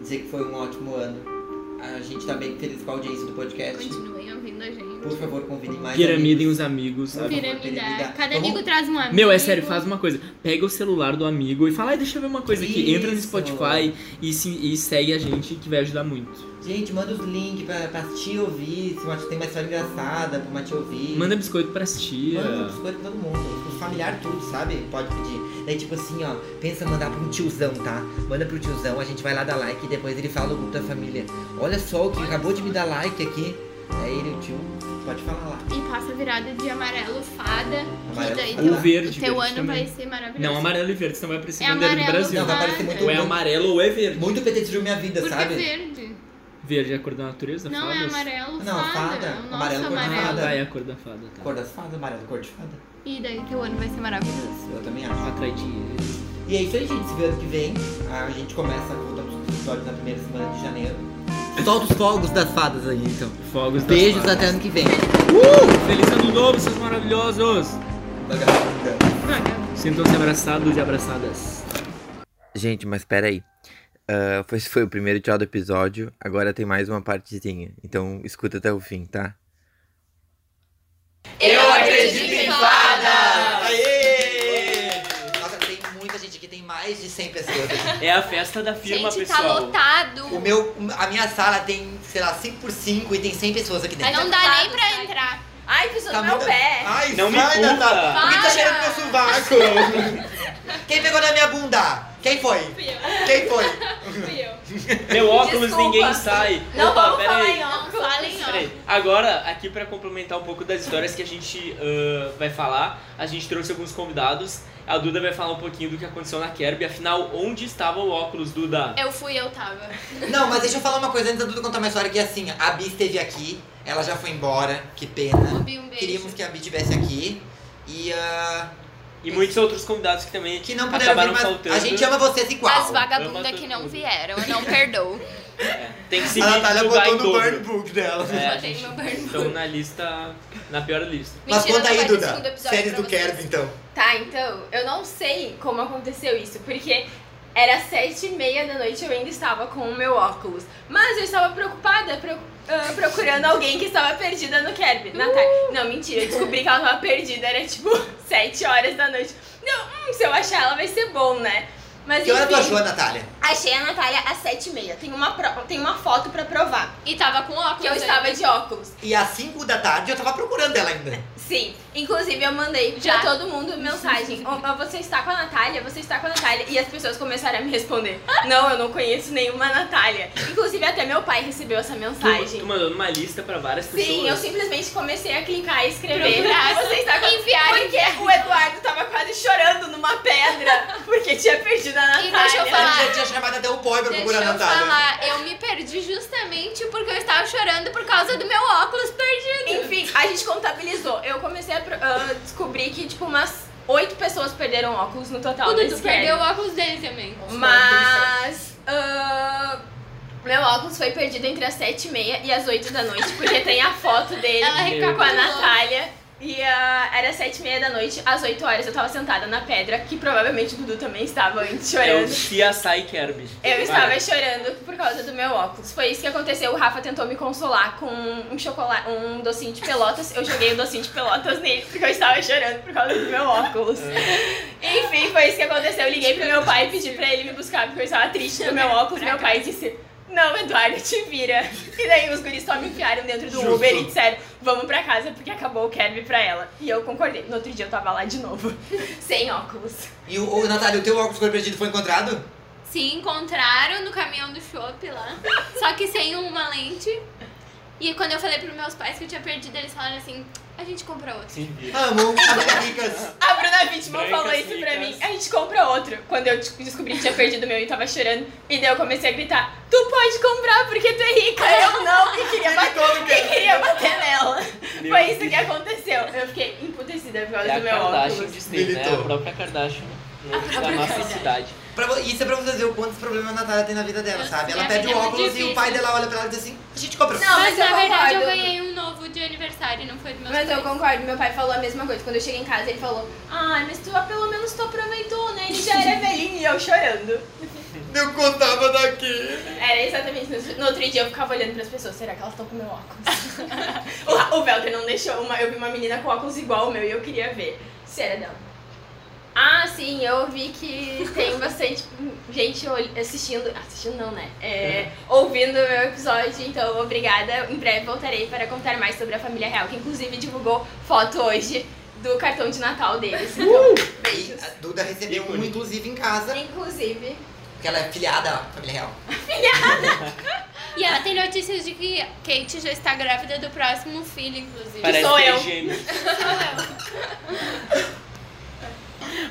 [SPEAKER 2] dizer que foi um ótimo ano. A gente tá bem feliz com a audiência do podcast.
[SPEAKER 3] Continuem ouvindo a gente.
[SPEAKER 2] Por favor, convidem mais.
[SPEAKER 1] Piramidem
[SPEAKER 2] amigos.
[SPEAKER 1] os amigos.
[SPEAKER 2] Por
[SPEAKER 1] sabe?
[SPEAKER 2] favor,
[SPEAKER 3] Piramidar.
[SPEAKER 2] piramidar.
[SPEAKER 3] Cada
[SPEAKER 2] Vamos-
[SPEAKER 3] amigo traz um amigo.
[SPEAKER 1] Meu, é sério, faz uma coisa. Pega o celular do amigo e fala, ai, deixa eu ver uma coisa aqui. Entra no
[SPEAKER 2] Isso.
[SPEAKER 1] Spotify e, se, e segue a gente que vai ajudar muito.
[SPEAKER 2] Gente, manda os links pra, pra tia ouvir, se uma tia tem mais história engraçada, pra uma tia ouvir.
[SPEAKER 1] Manda biscoito pras tia.
[SPEAKER 2] Manda biscoito pra todo mundo. Os familiares tudo, sabe? Pode pedir. Daí tipo assim, ó, pensa em mandar pra um tiozão, tá? Manda pro tiozão, a gente vai lá dar like e depois ele fala no grupo da família. Olha só o que acabou de me dar like aqui. É ele, o tio. Pode falar lá.
[SPEAKER 3] E passa a virada de amarelo, fada.
[SPEAKER 2] Amarelo,
[SPEAKER 3] que daí
[SPEAKER 2] fada.
[SPEAKER 3] teu,
[SPEAKER 1] Ou verde,
[SPEAKER 3] o teu
[SPEAKER 1] verde
[SPEAKER 3] ano
[SPEAKER 1] também.
[SPEAKER 3] vai ser maravilhoso.
[SPEAKER 1] Não, amarelo e verde, senão vai aparecer
[SPEAKER 3] É
[SPEAKER 1] bandeira do
[SPEAKER 3] amarelo,
[SPEAKER 1] Brasil.
[SPEAKER 2] Não, vai aparecer muito
[SPEAKER 1] Ou é amarelo ou é verde.
[SPEAKER 2] Muito PT destruiu minha vida,
[SPEAKER 3] Porque
[SPEAKER 2] sabe?
[SPEAKER 3] é verde.
[SPEAKER 1] Verde é a cor da natureza?
[SPEAKER 3] Não
[SPEAKER 1] fadas?
[SPEAKER 3] é amarelo,
[SPEAKER 2] Não,
[SPEAKER 3] fada.
[SPEAKER 2] fada.
[SPEAKER 3] É o nosso
[SPEAKER 2] Amarelo,
[SPEAKER 3] amarelo.
[SPEAKER 2] cor de
[SPEAKER 1] Ah,
[SPEAKER 2] fada.
[SPEAKER 1] tá, é a cor da fada, tá.
[SPEAKER 2] Cor das fadas, amarelo, cor de fada.
[SPEAKER 3] E daí teu ano vai ser maravilhoso.
[SPEAKER 2] Eu também acho.
[SPEAKER 1] Atrai dinheiro.
[SPEAKER 2] E é isso aí, gente. Se vê ano que vem, a gente começa, voltamos com os episódios na primeira semana de janeiro. Solta os fogos das fadas aí, então.
[SPEAKER 1] Fogos das
[SPEAKER 2] Beijos
[SPEAKER 1] fadas.
[SPEAKER 2] até ano que vem.
[SPEAKER 1] Uh! Feliz ano novo, seus maravilhosos!
[SPEAKER 2] Vagabunda.
[SPEAKER 1] Sintam-se abraçados e abraçadas.
[SPEAKER 5] Gente, mas peraí. Ah, foi- esse foi o primeiro tchau do episódio. Agora tem mais uma partezinha. Então escuta até o fim, tá?
[SPEAKER 3] Eu acredito em fada!
[SPEAKER 2] Aê! Nossa, tem muita gente aqui, tem mais de 100 pessoas. aqui.
[SPEAKER 1] É a festa da firma,
[SPEAKER 3] Gente, tá
[SPEAKER 1] pessoal.
[SPEAKER 3] lotado.
[SPEAKER 2] O meu, a minha sala tem, sei lá, 5 por 5 e tem 100 pessoas aqui dentro.
[SPEAKER 3] Não dá nem pra entrar.
[SPEAKER 6] Ai, pisou
[SPEAKER 2] Tá
[SPEAKER 6] no meu
[SPEAKER 2] muito-
[SPEAKER 6] pé.
[SPEAKER 2] Ai,
[SPEAKER 1] Não me
[SPEAKER 2] sai,
[SPEAKER 1] empurra.
[SPEAKER 2] Natália. Alguém tá
[SPEAKER 3] Para.
[SPEAKER 2] cheirando meu sovaco. Quem pegou na minha bunda? Quem foi? Quem foi?
[SPEAKER 1] Meu óculos
[SPEAKER 6] Desculpa.
[SPEAKER 1] ninguém sai.
[SPEAKER 6] Não
[SPEAKER 1] Opa,
[SPEAKER 6] vamos
[SPEAKER 1] pera
[SPEAKER 6] falar
[SPEAKER 1] aí.
[SPEAKER 6] em
[SPEAKER 3] Não
[SPEAKER 6] óculos.
[SPEAKER 3] falem,
[SPEAKER 1] Peraí,
[SPEAKER 3] ó.
[SPEAKER 1] agora, aqui pra complementar um pouco das histórias que a gente ah, vai falar, a gente trouxe alguns convidados. A Duda vai falar um pouquinho do que aconteceu na Kerb. Afinal, onde estava o óculos, Duda?
[SPEAKER 3] Eu fui, eu tava.
[SPEAKER 2] Não, mas deixa eu falar uma coisa antes da Duda contar uma história que é assim, a Bi esteve aqui, ela já foi embora, que pena.
[SPEAKER 3] Subi um beijo.
[SPEAKER 2] Queríamos que a Bi estivesse aqui. E ah,
[SPEAKER 1] E muitos outros convidados que também
[SPEAKER 2] que não puderam vir,
[SPEAKER 1] acabaram
[SPEAKER 2] mas
[SPEAKER 1] faltando.
[SPEAKER 2] a gente ama vocês igual.
[SPEAKER 6] As
[SPEAKER 1] Ama
[SPEAKER 6] vagabundas
[SPEAKER 1] todo
[SPEAKER 6] que não
[SPEAKER 1] mundo.
[SPEAKER 6] vieram, eu não perdoo.
[SPEAKER 1] É, tem que seguir
[SPEAKER 2] A Natália
[SPEAKER 1] estudar
[SPEAKER 2] botou
[SPEAKER 1] em
[SPEAKER 2] no
[SPEAKER 1] dobro.
[SPEAKER 2] tá burn book dela.
[SPEAKER 1] É, a
[SPEAKER 6] Botei
[SPEAKER 1] gente,
[SPEAKER 6] no burn book.
[SPEAKER 1] então na lista, na pior lista.
[SPEAKER 2] Mas
[SPEAKER 6] Mentira,
[SPEAKER 2] conta
[SPEAKER 6] não
[SPEAKER 2] aí,
[SPEAKER 6] vai ter
[SPEAKER 2] Duda.
[SPEAKER 6] segundo episódio
[SPEAKER 2] Séries
[SPEAKER 6] pra
[SPEAKER 2] do
[SPEAKER 6] vocês.
[SPEAKER 2] Kerb, então.
[SPEAKER 6] Tá, então, eu não sei como aconteceu isso, porque Era sete e meia da noite, eu ainda estava com o meu óculos. Mas eu estava preocupada, pro- ah, procurando alguém que estava perdida no Kerb.
[SPEAKER 2] Uh!
[SPEAKER 6] Natália. Não, mentira, eu descobri que ela estava perdida, era tipo sete horas da noite. Não, hum, se eu achar ela vai ser bom, né? Mas
[SPEAKER 2] Que hora tu
[SPEAKER 6] enfim.
[SPEAKER 2] achou, Natália?
[SPEAKER 6] Achei a Natália às sete e meia. Tem uma, pro- tem uma foto pra provar.
[SPEAKER 3] E tava com óculos.
[SPEAKER 6] Que eu
[SPEAKER 2] é.
[SPEAKER 3] né?
[SPEAKER 6] estava de óculos.
[SPEAKER 2] E às 5 da tarde eu tava procurando ela ainda.
[SPEAKER 6] Sim. Inclusive, eu mandei
[SPEAKER 3] Já.
[SPEAKER 6] pra todo mundo mensagem. "Ô, mas você está com a Natália? Você está com a Natália? E as pessoas começaram a me responder. Não, eu não conheço nenhuma Natália. Inclusive, até meu pai recebeu essa
[SPEAKER 1] Tu,
[SPEAKER 6] mensagem.
[SPEAKER 1] tu mandou numa lista pra várias pessoas.
[SPEAKER 6] Sim, eu simplesmente comecei a clicar e escrever.
[SPEAKER 3] Procurar.
[SPEAKER 6] Você está com a
[SPEAKER 3] Enviar,
[SPEAKER 6] Porque o Eduardo tava quase chorando numa pedra porque tinha perdido a Natália.
[SPEAKER 3] E deixa eu falar.
[SPEAKER 2] Ela já tinha chamado até o boy pra
[SPEAKER 3] Deixa
[SPEAKER 2] procurar a
[SPEAKER 3] eu
[SPEAKER 2] Natália.
[SPEAKER 3] falar, eu me perdi justamente porque eu estava chorando por causa do meu óculos perdido.
[SPEAKER 6] Enfim, a gente contabilizou. Eu comecei a pro- ah, descobrir que, tipo, umas oito pessoas perderam óculos no total.
[SPEAKER 3] O
[SPEAKER 6] da
[SPEAKER 3] Dudu
[SPEAKER 6] esquerda.
[SPEAKER 3] perdeu o óculos dele também.
[SPEAKER 6] Mas. ah, meu óculos foi perdido entre as sete e meia e as oito da noite, porque tem a foto dele
[SPEAKER 3] Ela
[SPEAKER 6] com a
[SPEAKER 3] recapitulou.
[SPEAKER 6] Natália. E ah, era sete e meia da noite, às oito horas eu tava sentada na pedra, que provavelmente o Dudu também estava antes
[SPEAKER 1] É o
[SPEAKER 6] chorando.
[SPEAKER 1] CSI Kirby.
[SPEAKER 6] Eu estava chorando por causa do meu óculos. Foi isso que aconteceu. O Rafa tentou me consolar com um chocolate, um docinho de pelotas. Eu joguei o docinho de pelotas nele porque eu estava chorando por causa do meu óculos. Enfim, foi isso que aconteceu. Eu liguei pro meu pai e pedi pra ele me buscar porque eu estava triste do meu óculos. Meu pai disse: Não, Eduardo, te vira. E daí os guris só me enfiaram dentro do
[SPEAKER 2] Justo.
[SPEAKER 6] Uber e disseram: Vamos pra casa porque acabou o Kerby pra ela. E eu concordei. No outro dia eu tava lá de novo, sem óculos.
[SPEAKER 2] E o, o Natália, o teu óculos cor perdido foi encontrado?
[SPEAKER 3] Se encontraram no caminhão do shopping lá, só que sem uma lente. E quando eu falei pros meus pais que eu tinha perdido, eles falaram assim: a gente compra outro.
[SPEAKER 2] Amo, as ricas.
[SPEAKER 6] A Bruna Wittmann
[SPEAKER 1] Brancas
[SPEAKER 6] falou isso pra
[SPEAKER 1] ricas.
[SPEAKER 6] mim. A gente compra outro. Quando eu tipo, descobri que tinha perdido o meu e tava chorando. E daí eu comecei a gritar: Tu pode comprar porque tu é rica. Eu não. E queria bater,
[SPEAKER 2] é todo
[SPEAKER 6] e queria bater nela.
[SPEAKER 1] Meu
[SPEAKER 6] Foi isso que aconteceu. Eu fiquei emputecida por causa
[SPEAKER 1] É a
[SPEAKER 6] do meu
[SPEAKER 1] Kardashian
[SPEAKER 6] óculos.
[SPEAKER 1] Disney, né?
[SPEAKER 2] Militou.
[SPEAKER 1] A própria Kardashian né? da
[SPEAKER 6] própria
[SPEAKER 1] nossa
[SPEAKER 6] Kardashian.
[SPEAKER 1] cidade.
[SPEAKER 2] Pra vo- isso é pra vocês verem o quantos problemas a Natália tem na vida dela,
[SPEAKER 3] Eu-
[SPEAKER 2] sabe? Ela
[SPEAKER 3] minha
[SPEAKER 2] pede
[SPEAKER 3] vida
[SPEAKER 2] o
[SPEAKER 3] é muito
[SPEAKER 2] óculos e o
[SPEAKER 3] difícil.
[SPEAKER 2] pai dela olha pra ela e diz assim, a gente compra.
[SPEAKER 6] Não, mas eu
[SPEAKER 3] na verdade eu
[SPEAKER 6] concordo.
[SPEAKER 3] ganhei um novo de aniversário, não foi do meu
[SPEAKER 6] Mas eu concordo, meu pai falou a mesma coisa. Quando eu cheguei em casa, ele falou: Ai, mas tu pelo menos tu aproveitou, né? Ele já era velhinho e eu chorando.
[SPEAKER 2] Não contava daqui.
[SPEAKER 6] Era exatamente isso. No outro dia eu ficava olhando pras pessoas, será que elas estão com meu óculos? o, Ra- o Velcro não deixou uma. Eu vi uma menina com óculos igual ao meu e eu queria ver. Se era dela. Ah, sim, eu vi que tem bastante gente ol- assistindo. Assistindo não, né? É, ouvindo o meu episódio, então obrigada. Em breve voltarei para contar mais sobre a família real, que inclusive divulgou foto hoje do cartão de Natal deles. Então,
[SPEAKER 2] E
[SPEAKER 6] beijos.
[SPEAKER 2] a Duda recebeu
[SPEAKER 1] Ícone.
[SPEAKER 2] um, inclusive, em casa,
[SPEAKER 6] Inclusive,
[SPEAKER 2] porque ela é filiada à família real.
[SPEAKER 3] E ela tem notícias de que Kate já está grávida do próximo filho, inclusive.
[SPEAKER 1] Parece
[SPEAKER 6] sou
[SPEAKER 1] que
[SPEAKER 6] eu.
[SPEAKER 1] é gêmeo.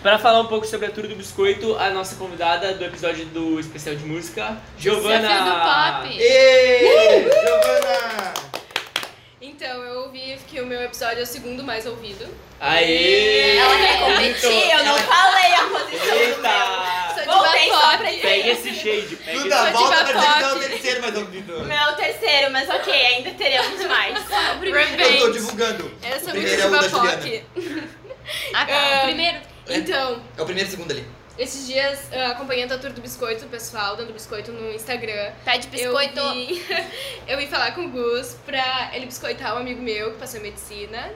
[SPEAKER 1] Pra falar um pouco sobre a Tour do Biscoito, a nossa convidada do episódio do especial de música, Giovana.
[SPEAKER 3] Desafio do Pop.
[SPEAKER 2] Ê, Giovana!
[SPEAKER 7] Então, eu ouvi que o meu episódio é o segundo mais ouvido.
[SPEAKER 1] Aê!
[SPEAKER 6] ela quer
[SPEAKER 1] Muito.
[SPEAKER 6] competir, eu não falei a posição do meu.
[SPEAKER 1] Eita!
[SPEAKER 7] Sou
[SPEAKER 6] Voltei
[SPEAKER 7] diva
[SPEAKER 6] só
[SPEAKER 7] pop.
[SPEAKER 6] pra ele.
[SPEAKER 1] Pega esse shade, pega esse
[SPEAKER 2] Duda,
[SPEAKER 7] de
[SPEAKER 2] volta pra dizer que
[SPEAKER 7] pacote.
[SPEAKER 2] não é o terceiro mais ouvido.
[SPEAKER 6] Não é o terceiro, mas ok, ainda teremos mais.
[SPEAKER 2] Eu tô
[SPEAKER 7] Revenge.
[SPEAKER 2] divulgando.
[SPEAKER 7] Eu sou
[SPEAKER 2] O
[SPEAKER 7] muito
[SPEAKER 2] primeiro é o da
[SPEAKER 7] diva
[SPEAKER 2] Juliana.
[SPEAKER 7] pop.
[SPEAKER 3] Ah, tá.
[SPEAKER 7] Ah.
[SPEAKER 3] Primeiro,
[SPEAKER 7] Então,
[SPEAKER 2] É o primeiro e segundo ali.
[SPEAKER 7] esses dias, ah, acompanhando a tour do biscoito, o pessoal dando biscoito no Instagram,
[SPEAKER 3] tá de biscoito.
[SPEAKER 7] eu vim, eu vim falar com o Gus pra ele biscoitar um amigo meu que passou em medicina.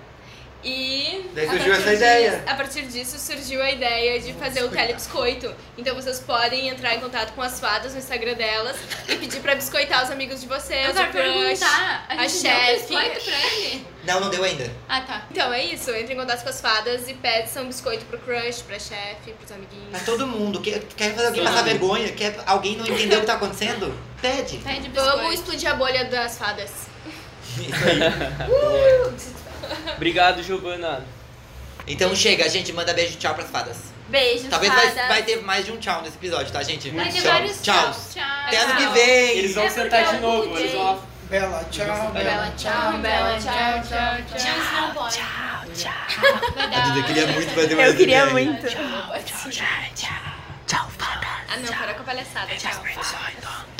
[SPEAKER 7] E
[SPEAKER 2] Daí
[SPEAKER 7] a
[SPEAKER 2] surgiu
[SPEAKER 7] partir
[SPEAKER 2] essa ideia.
[SPEAKER 7] disso- a partir disso surgiu a ideia de fazer o telebiscoito. Então vocês podem entrar em contato com as fadas no Instagram delas e pedir pra biscoitar os amigos de vocês,
[SPEAKER 3] Eu
[SPEAKER 7] o
[SPEAKER 3] quero
[SPEAKER 7] crush.
[SPEAKER 3] perguntar, a
[SPEAKER 7] a
[SPEAKER 3] gente deu um
[SPEAKER 7] chefe.
[SPEAKER 3] biscoito pra ele?
[SPEAKER 2] Não, não deu ainda.
[SPEAKER 3] Ah, tá.
[SPEAKER 7] Então é isso, entre em contato com as fadas e peça um biscoito pro crush, pra chefe, pros amiguinhos.
[SPEAKER 2] Pra todo mundo. Quer, quer fazer alguém
[SPEAKER 1] Sim.
[SPEAKER 2] passar vergonha? Quer alguém não entender o que tá acontecendo? Pede.
[SPEAKER 3] Pede Tá biscoito.
[SPEAKER 7] Vamos explodir a bolha das fadas.
[SPEAKER 1] Obrigado, Giovana.
[SPEAKER 2] Então chega, gente. Manda beijo tchau pras fadas.
[SPEAKER 6] Beijos,
[SPEAKER 2] Talvez vai,
[SPEAKER 6] fadas.
[SPEAKER 2] vai ter mais de um tchau nesse episódio, tá, gente?
[SPEAKER 3] Vai ter
[SPEAKER 2] tchau.
[SPEAKER 3] vários
[SPEAKER 2] tchau.
[SPEAKER 3] tchauz.
[SPEAKER 2] Até ano que
[SPEAKER 6] Tchau.
[SPEAKER 2] vem.
[SPEAKER 1] Eles vão
[SPEAKER 6] É porque
[SPEAKER 1] sentar de
[SPEAKER 6] eu
[SPEAKER 1] novo,
[SPEAKER 6] mudei.
[SPEAKER 1] eles vão
[SPEAKER 4] Bela, tchau, bela, tchau, bela, tchau, tchau, tchau.
[SPEAKER 3] Tchau, tchau, tchau. Vai
[SPEAKER 2] A Duda
[SPEAKER 3] dar.
[SPEAKER 2] queria muito fazer mais
[SPEAKER 6] Eu
[SPEAKER 2] um
[SPEAKER 6] queria
[SPEAKER 2] bem.
[SPEAKER 6] muito.
[SPEAKER 7] Ah não, para com a palhaçada, tchau.
[SPEAKER 6] Tchau.